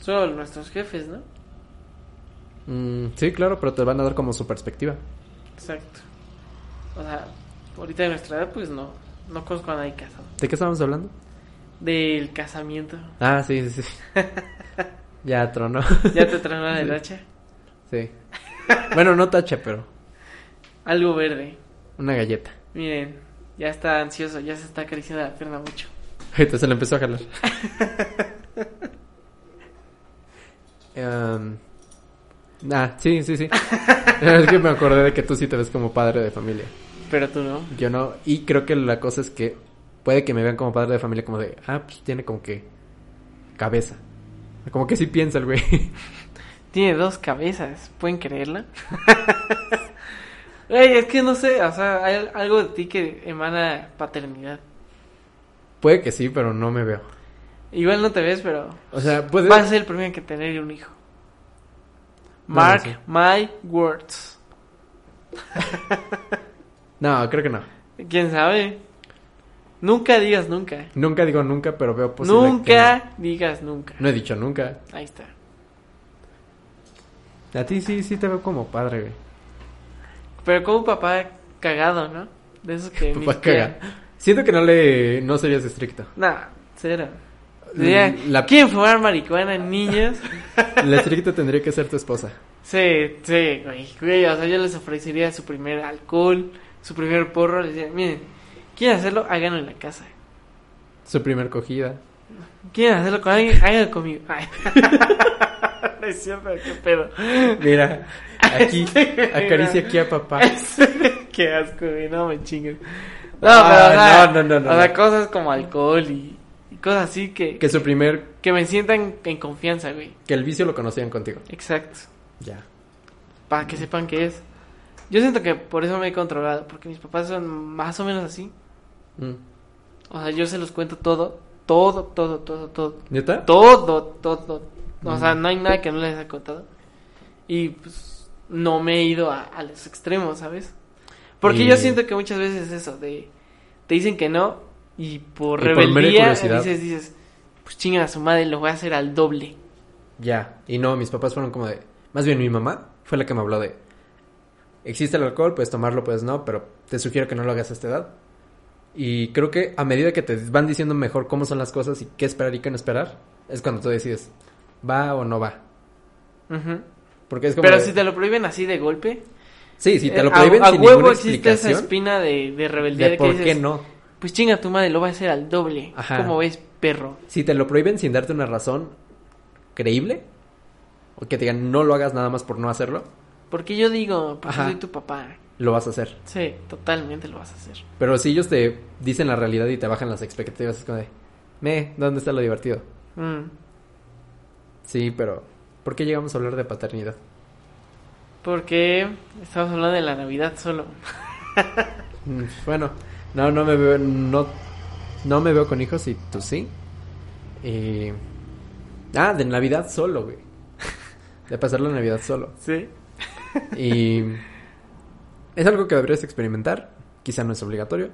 S2: Solo nuestros jefes, ¿no?
S1: Mm, sí, claro, pero te van a dar como su perspectiva.
S2: Exacto. O sea, ahorita de nuestra edad, pues no. No conozco a nadie casado.
S1: ¿De qué estábamos hablando?
S2: Del casamiento. [LAUGHS]
S1: Ah, sí, sí, sí. ya tronó. [LAUGHS]
S2: ¿Ya te trajeron el hacha?
S1: sí. Bueno, no tacha, pero
S2: Algo verde.
S1: una galleta.
S2: Miren, ya está ansioso, ya se está acariciando la pierna mucho.
S1: [LAUGHS] Ahorita se la empezó a
S2: [LAUGHS]
S1: jalar. Em, ah, sí, sí, [LAUGHS] sí. es que me acordé de que tú sí te ves como padre de familia.
S2: Pero tú no.
S1: Yo no. Y creo que la cosa es que puede que me vean como padre de familia, como de, ah, pues tiene como que cabeza. Como que sí piensa el güey. [LAUGHS]
S2: Tiene dos cabezas, ¿pueden creerla? [LAUGHS] Güey, es que no sé, o sea, hay algo de ti que emana paternidad.
S1: puede que sí, pero no me veo.
S2: Igual no te ves, pero
S1: O sea, puede.
S2: vas a ser el primero en que tener un hijo. Mark
S1: No,
S2: my words.
S1: No, creo que no.
S2: ¿Quién sabe? Nunca digas nunca.
S1: Nunca digo nunca, pero veo posible. que no.
S2: nunca digas nunca.
S1: No he dicho nunca.
S2: Ahí está.
S1: A ti sí, sí te veo como padre, güey.
S2: Pero como un papá cagado, ¿no? De esos que ni
S1: [LAUGHS] Papá
S2: siquiera-
S1: caga. Siento que no le no serías estricto.
S2: Nah, cero. Diría,
S1: La-
S2: ¿Quieren fumar marihuana, niños?
S1: La estricta tendría que ser tu esposa.
S2: sí, sí, güey, güey. O sea, yo les ofrecería su primer alcohol, su primer porro. Les diría, miren, quieren hacerlo, háganlo en la casa.
S1: Su primer cogida.
S2: Quieren hacerlo con alguien, háganlo conmigo. Ay. [LAUGHS] no es cierto, qué pedo. [LAUGHS]
S1: Mira, aquí acaricia aquí a papá.
S2: qué asco, güey, no me chinguen. No,
S1: Ah,
S2: pero, o sea,
S1: no, no, no,
S2: o
S1: no.
S2: sea, cosas como alcohol y, y cosas así que,
S1: Que
S2: que,
S1: su primer
S2: me sientan en confianza, güey.
S1: que el vicio lo conocían contigo.
S2: Exacto.
S1: Ya.
S2: para que sepan qué es. Yo siento que por eso me he controlado, porque mis papás son más o menos así.
S1: Mm.
S2: O sea, yo se los cuento todo, todo, todo, todo, todo,
S1: ¿Neta?
S2: todo, todo. O sea, no hay nada que no les haya contado. Y pues no me he ido a, a los extremos, ¿sabes? Porque yo
S1: Y-
S2: siento que muchas veces es eso, de te dicen que no y por
S1: Y por mera
S2: rebeldía
S1: curiosidad.
S2: dices, dices, pues chingan a su madre, lo voy a hacer al doble.
S1: Ya. Y no, mis papás fueron como de. Más bien mi mamá fue la que me habló de. Existe el alcohol, puedes tomarlo, puedes no, pero te sugiero que no lo hagas a esta edad. Y creo que a medida que te van diciendo mejor cómo son las cosas y qué esperar y qué no esperar, es cuando tú decides, va o no va.
S2: Ujú.
S1: Porque es como.
S2: Pero
S1: de-
S2: si te lo prohíben así de golpe,
S1: Sí, si te lo
S2: Eh, a-
S1: prohíben
S2: a,
S1: sin
S2: huevo
S1: ninguna
S2: existe esa
S1: explicación.
S2: espina de, de rebeldía
S1: De
S2: de
S1: por
S2: que
S1: qué
S2: dices,
S1: no.
S2: pues chinga tu madre, lo va a hacer al doble.
S1: Ajá.
S2: Como ves, perro.
S1: Si te lo prohíben sin darte una razón creíble, o que te digan no lo hagas nada más por no hacerlo,
S2: Porque yo digo, porque
S1: Ajá.
S2: soy tu papá.
S1: lo vas a hacer.
S2: Sí, totalmente lo vas a hacer.
S1: Pero si ellos te dicen la realidad y te bajan las expectativas, es como de, me, ¿dónde está lo divertido?
S2: Mm.
S1: Sí, pero ¿por qué llegamos a hablar de paternidad?
S2: Porque estamos hablando de la Navidad solo.
S1: Mm, Bueno, no, no me veo, no, no me veo con hijos y tú sí. Y... Ah, de Navidad solo, güey. [LAUGHS] De pasar la Navidad solo.
S2: Sí.
S1: Y es algo que deberías experimentar, quizá no es obligatorio,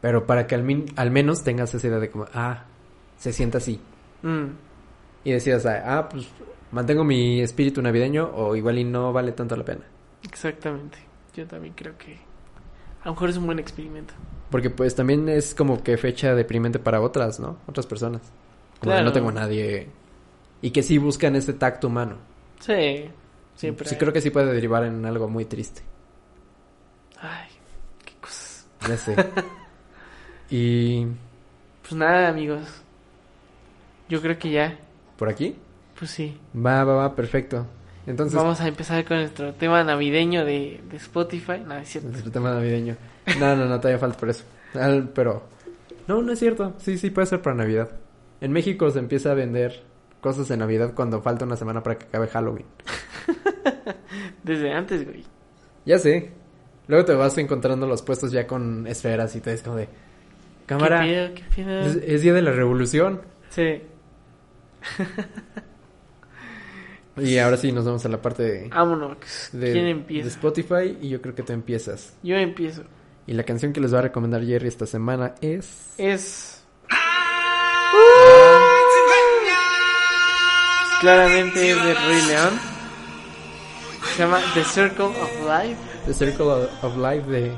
S1: pero para que al, min- al menos tengas esa idea de como, ah, se sienta así.
S2: Mm.
S1: Y decidas, ah, ah, pues mantengo mi espíritu navideño o igual y no vale tanto la pena.
S2: Exactamente. Yo también creo que a lo mejor es un buen experimento.
S1: Porque pues también es como que fecha deprimente para otras, ¿no? Otras personas. Como de,
S2: Claro.
S1: no tengo a nadie. Y que sí buscan ese tacto humano.
S2: Sí. Siempre.
S1: Sí,
S2: hay.
S1: creo que sí puede derivar en algo muy triste.
S2: Ay, qué cosas.
S1: Ya
S2: [LAUGHS]
S1: sé. y
S2: Pues nada, amigos. Yo creo que ya.
S1: por aquí.
S2: Pues sí.
S1: Va, va, va, perfecto. Entonces, [LAUGHS]
S2: Vamos a empezar con nuestro tema navideño de, de Spotify. No, es cierto.
S1: nuestro tema navideño. No, no, no, todavía falta por eso. Al- pero... No, no es cierto. Sí, sí, puede ser para Navidad. En México se empieza a vender cosas de Navidad cuando falta una semana para que acabe Halloween.
S2: Desde antes, güey.
S1: Ya sé. Luego te vas encontrando los puestos ya con esferas y te es como de... Cámara,
S2: ¿Qué pedo? ¿Qué pedo?
S1: es, es día de la revolución.
S2: Sí.
S1: Y ahora sí Ah, nos vamos a la parte de,
S2: Vámonos.
S1: de-
S2: ¿Quién
S1: de
S2: empieza?
S1: Spotify y yo creo que tú empiezas.
S2: Yo empiezo.
S1: Y la canción que les va a recomendar Jerry esta semana es...
S2: Es. Claramente es de Rey León. Se llama The Circle of Life.
S1: The Circle of, of Life de...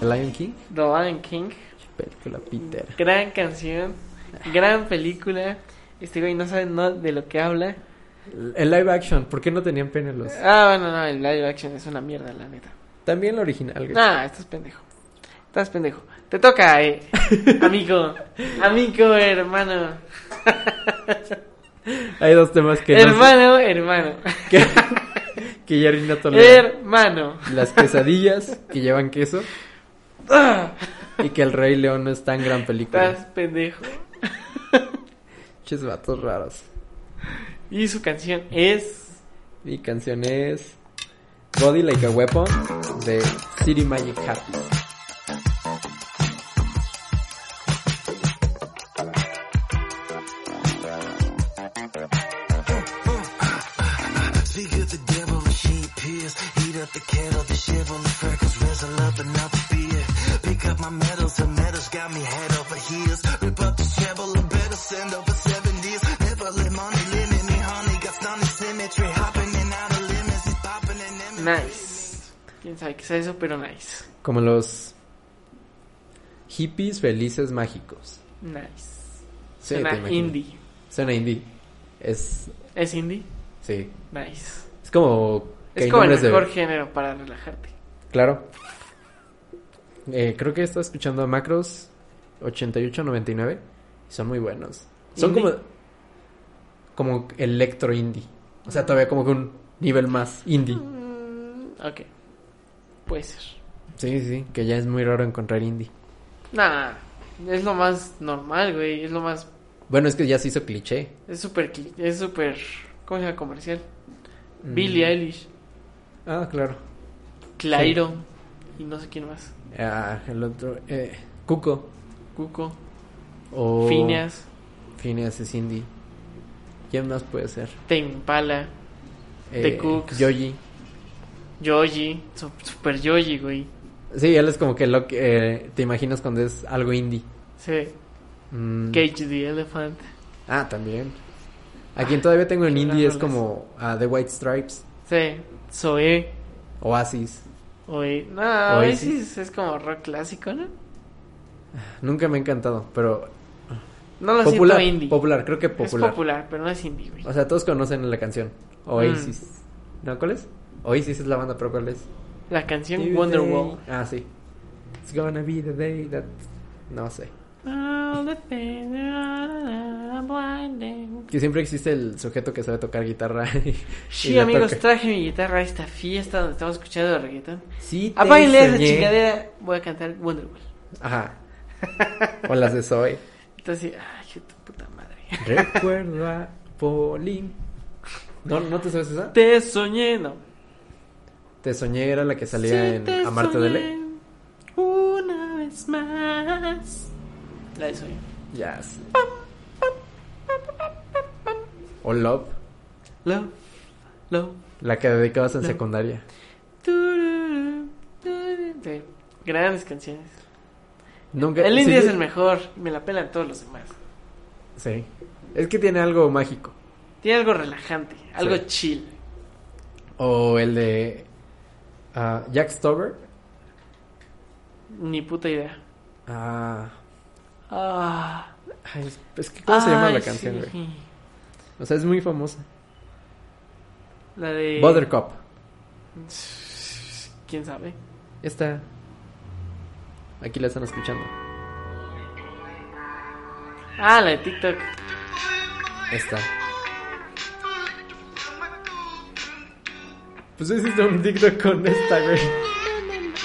S1: The Lion King.
S2: The Lion King.
S1: Película Peter.
S2: Gran canción. Gran película. Este güey no sabe no- de lo que habla.
S1: El live action, ¿por qué no tenían pene los?
S2: Ah, bueno, no, el live action es una mierda, la neta.
S1: También la original. güey.
S2: Nah, estás pendejo. Estás pendejo. Te toca, eh, amigo. Amigo, hermano.
S1: Hay dos temas que no-
S2: Hermano, hermano.
S1: que, [LAUGHS] que Jerry no
S2: Er.
S1: tolera.
S2: Hermano.
S1: Las quesadillas que llevan queso
S2: Ah,
S1: y que El Rey León no es tan gran
S2: Estás
S1: película.
S2: pendejo.
S1: Ches vatos raros.
S2: Y su canción es.
S1: Mi canción es Body Like a Weapon de City Magic Happy.
S3: Speak of the devil, the sheep pierce. Heat up the kettle, the shivel, the freckles, wrestle up another beer. Pick up my medals, the medals got me head over heels. Rip up the shovel, a better send over seven deals. Never let money limit me, honey. Got stunning symmetry, hopping in out of limits, he's popping in them.
S2: Nice. Quién sabe qué es eso, pero nice.
S1: Como los hippies felices mágicos.
S2: Nice.
S1: Sí,
S2: Suena
S1: te imagino.
S2: indie.
S1: Suena indie. Es.
S2: ¿Es indie?
S1: Sí.
S2: Nice.
S1: Es como. que
S2: Es
S1: hay
S2: como el
S1: nombres de-
S2: mejor género para relajarte.
S1: Claro. Eh, creo que está escuchando a Macros 8899. Son muy buenos. Son
S2: Indie.
S1: como. Como electro indie. O sea, todavía como que un nivel más indie.
S2: Mm, ok. Puede ser.
S1: Sí, sí, sí, que ya es muy raro encontrar indie.
S2: Nah. Es lo más normal, güey. Es lo más.
S1: Bueno, es que ya se hizo cliché.
S2: Es súper. cli- Es súper. ¿Cómo se llama comercial?
S1: Mm.
S2: Billie Eilish.
S1: Ah, claro.
S2: Clairo. Y no sé quién más.
S1: Ah, el otro. eh, Cuco.
S2: Cuco.
S1: O.
S2: Phineas.
S1: Phineas es indie. ¿Quién más puede ser? Eh,
S2: Tame Impala. The Cooks.
S1: Yoji.
S2: Yoji. su- Super Yoji, güey.
S1: Sí, él es como que lo que eh, te imaginas cuando es algo indie.
S2: Sí.
S1: Mm.
S2: Cage the Elephant.
S1: Ah, también. A quien todavía tengo en
S2: qué
S1: indie es
S2: rarolas.
S1: como ah, The White Stripes,
S2: Sí. Zoe.
S1: Oasis.
S2: Oe. No,
S1: Oasis.
S2: Oasis es como rock clásico, ¿no?
S1: Nunca me ha encantado, pero
S2: No lo
S1: popular,
S2: siento indie.
S1: popular, creo que popular.
S2: Es popular, pero no es indie, güey.
S1: O sea, todos conocen la canción Oasis.
S2: Mm.
S1: ¿No cuál es? Oasis es la banda, pero ¿cuál es?
S2: La canción
S1: Wonderwall.
S2: Wonderwall.
S1: Ah, sí. It's gonna be the day that no sé.
S2: All the things that I'm blinding.
S1: Que siempre existe el sujeto que sabe tocar guitarra. [LAUGHS] y- y
S2: Sí,
S1: la
S2: amigos,
S1: toca.
S2: traje mi guitarra a esta fiesta donde estamos escuchando reggaetón.
S1: Sí, te
S2: Apáguenle esa
S1: enseñé.
S2: Ah, chingadera. Voy a cantar Wonderwall.
S1: Ajá. O las de Zoe.
S2: Entonces, ay, qué tu puta madre.
S1: Recuerdo a Pauline. ¿No, ¿No te sabes esa?
S2: Te soñé, no.
S1: Te soñé era la que
S2: Sí,
S1: salía
S2: te
S1: en Amarte
S2: soñé
S1: Dele.
S2: Una vez más. La de soñé.
S1: Ya. sé. O Love.
S2: Love. Low.
S1: La que dedicabas en secundaria.
S2: Tururú, tururú. Sí, Grandes canciones.
S1: Nunca,
S2: El
S1: sí,
S2: indie es
S1: yo-
S2: el mejor. Me la pelan todos los demás.
S1: Sí. Es que tiene algo mágico.
S2: Tiene algo relajante, algo chill.
S1: O el de ah, Jack Stover.
S2: Ni puta idea.
S1: Ah,
S2: Ah,
S1: ay, es- es que ¿cómo se llama
S2: ay,
S1: la canción, güey?
S2: sí.
S1: O sea, es muy famosa.
S2: La de.
S1: Buttercup.
S2: ¿Quién sabe?
S1: Esta. Aquí la están escuchando.
S2: Ah, la de TikTok.
S1: Esta. Pues hiciste un TikTok con esta, güey.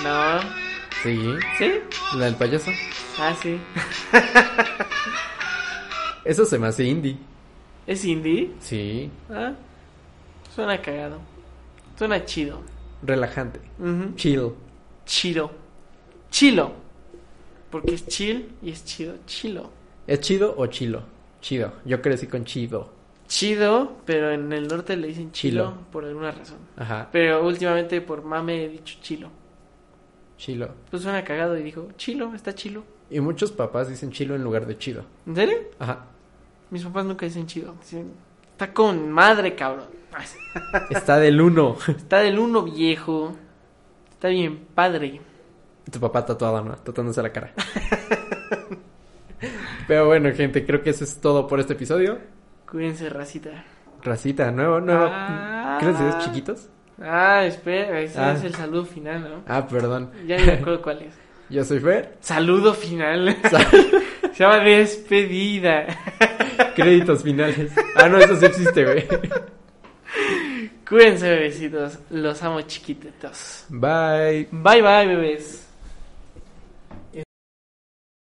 S2: No.
S1: Sí.
S2: ¿Sí?
S1: La del payaso.
S2: Ah, sí.
S1: Eso se me hace indie.
S2: ¿Es indie?
S1: Sí.
S2: Ah. Suena cagado. Suena chido.
S1: Relajante.
S2: Ujú.
S1: Chill.
S2: Chido. Chilo. Porque es chill y es chido. Chilo.
S1: ¿Es chido o chilo? Chido. Yo crecí con chido.
S2: Chido, pero en el norte le dicen chilo
S1: Chilo.
S2: por alguna razón.
S1: Ajá.
S2: Pero últimamente por mame he dicho chilo.
S1: Chilo.
S2: Pues suena cagado y dijo, chilo, está chilo.
S1: Y muchos papás dicen chilo en lugar de chido.
S2: ¿En serio?
S1: Ajá.
S2: Mis papás nunca dicen chido. Dicen, está con madre, cabrón. Ah, [LAUGHS]
S1: Está del uno. [LAUGHS]
S2: Está del uno viejo. Está bien padre.
S1: Tu papá tatuado, ¿no? Tatuándose la [LAUGHS] cara. Pero bueno, gente, creo que eso es todo por este episodio.
S2: Cuídense, racita.
S1: Racita, nuevo, nuevo.
S2: Ah.
S1: ¿Qué les decías, chiquitos?
S2: Ah, espera, ese
S1: Ah.
S2: es el saludo final, ¿no?
S1: Ah, perdón.
S2: Ya ni me acuerdo cuál es.
S1: Yo soy Fer.
S2: [LAUGHS]
S1: [LAUGHS]
S2: Saludo final.
S1: Sa-
S2: [LAUGHS] Se llama despedida.
S1: Créditos finales. Ah, no, eso sí existe, güey.
S2: Cuídense, bebecitos. Los amo chiquititos.
S1: Bye.
S2: Bye, bye, bebés.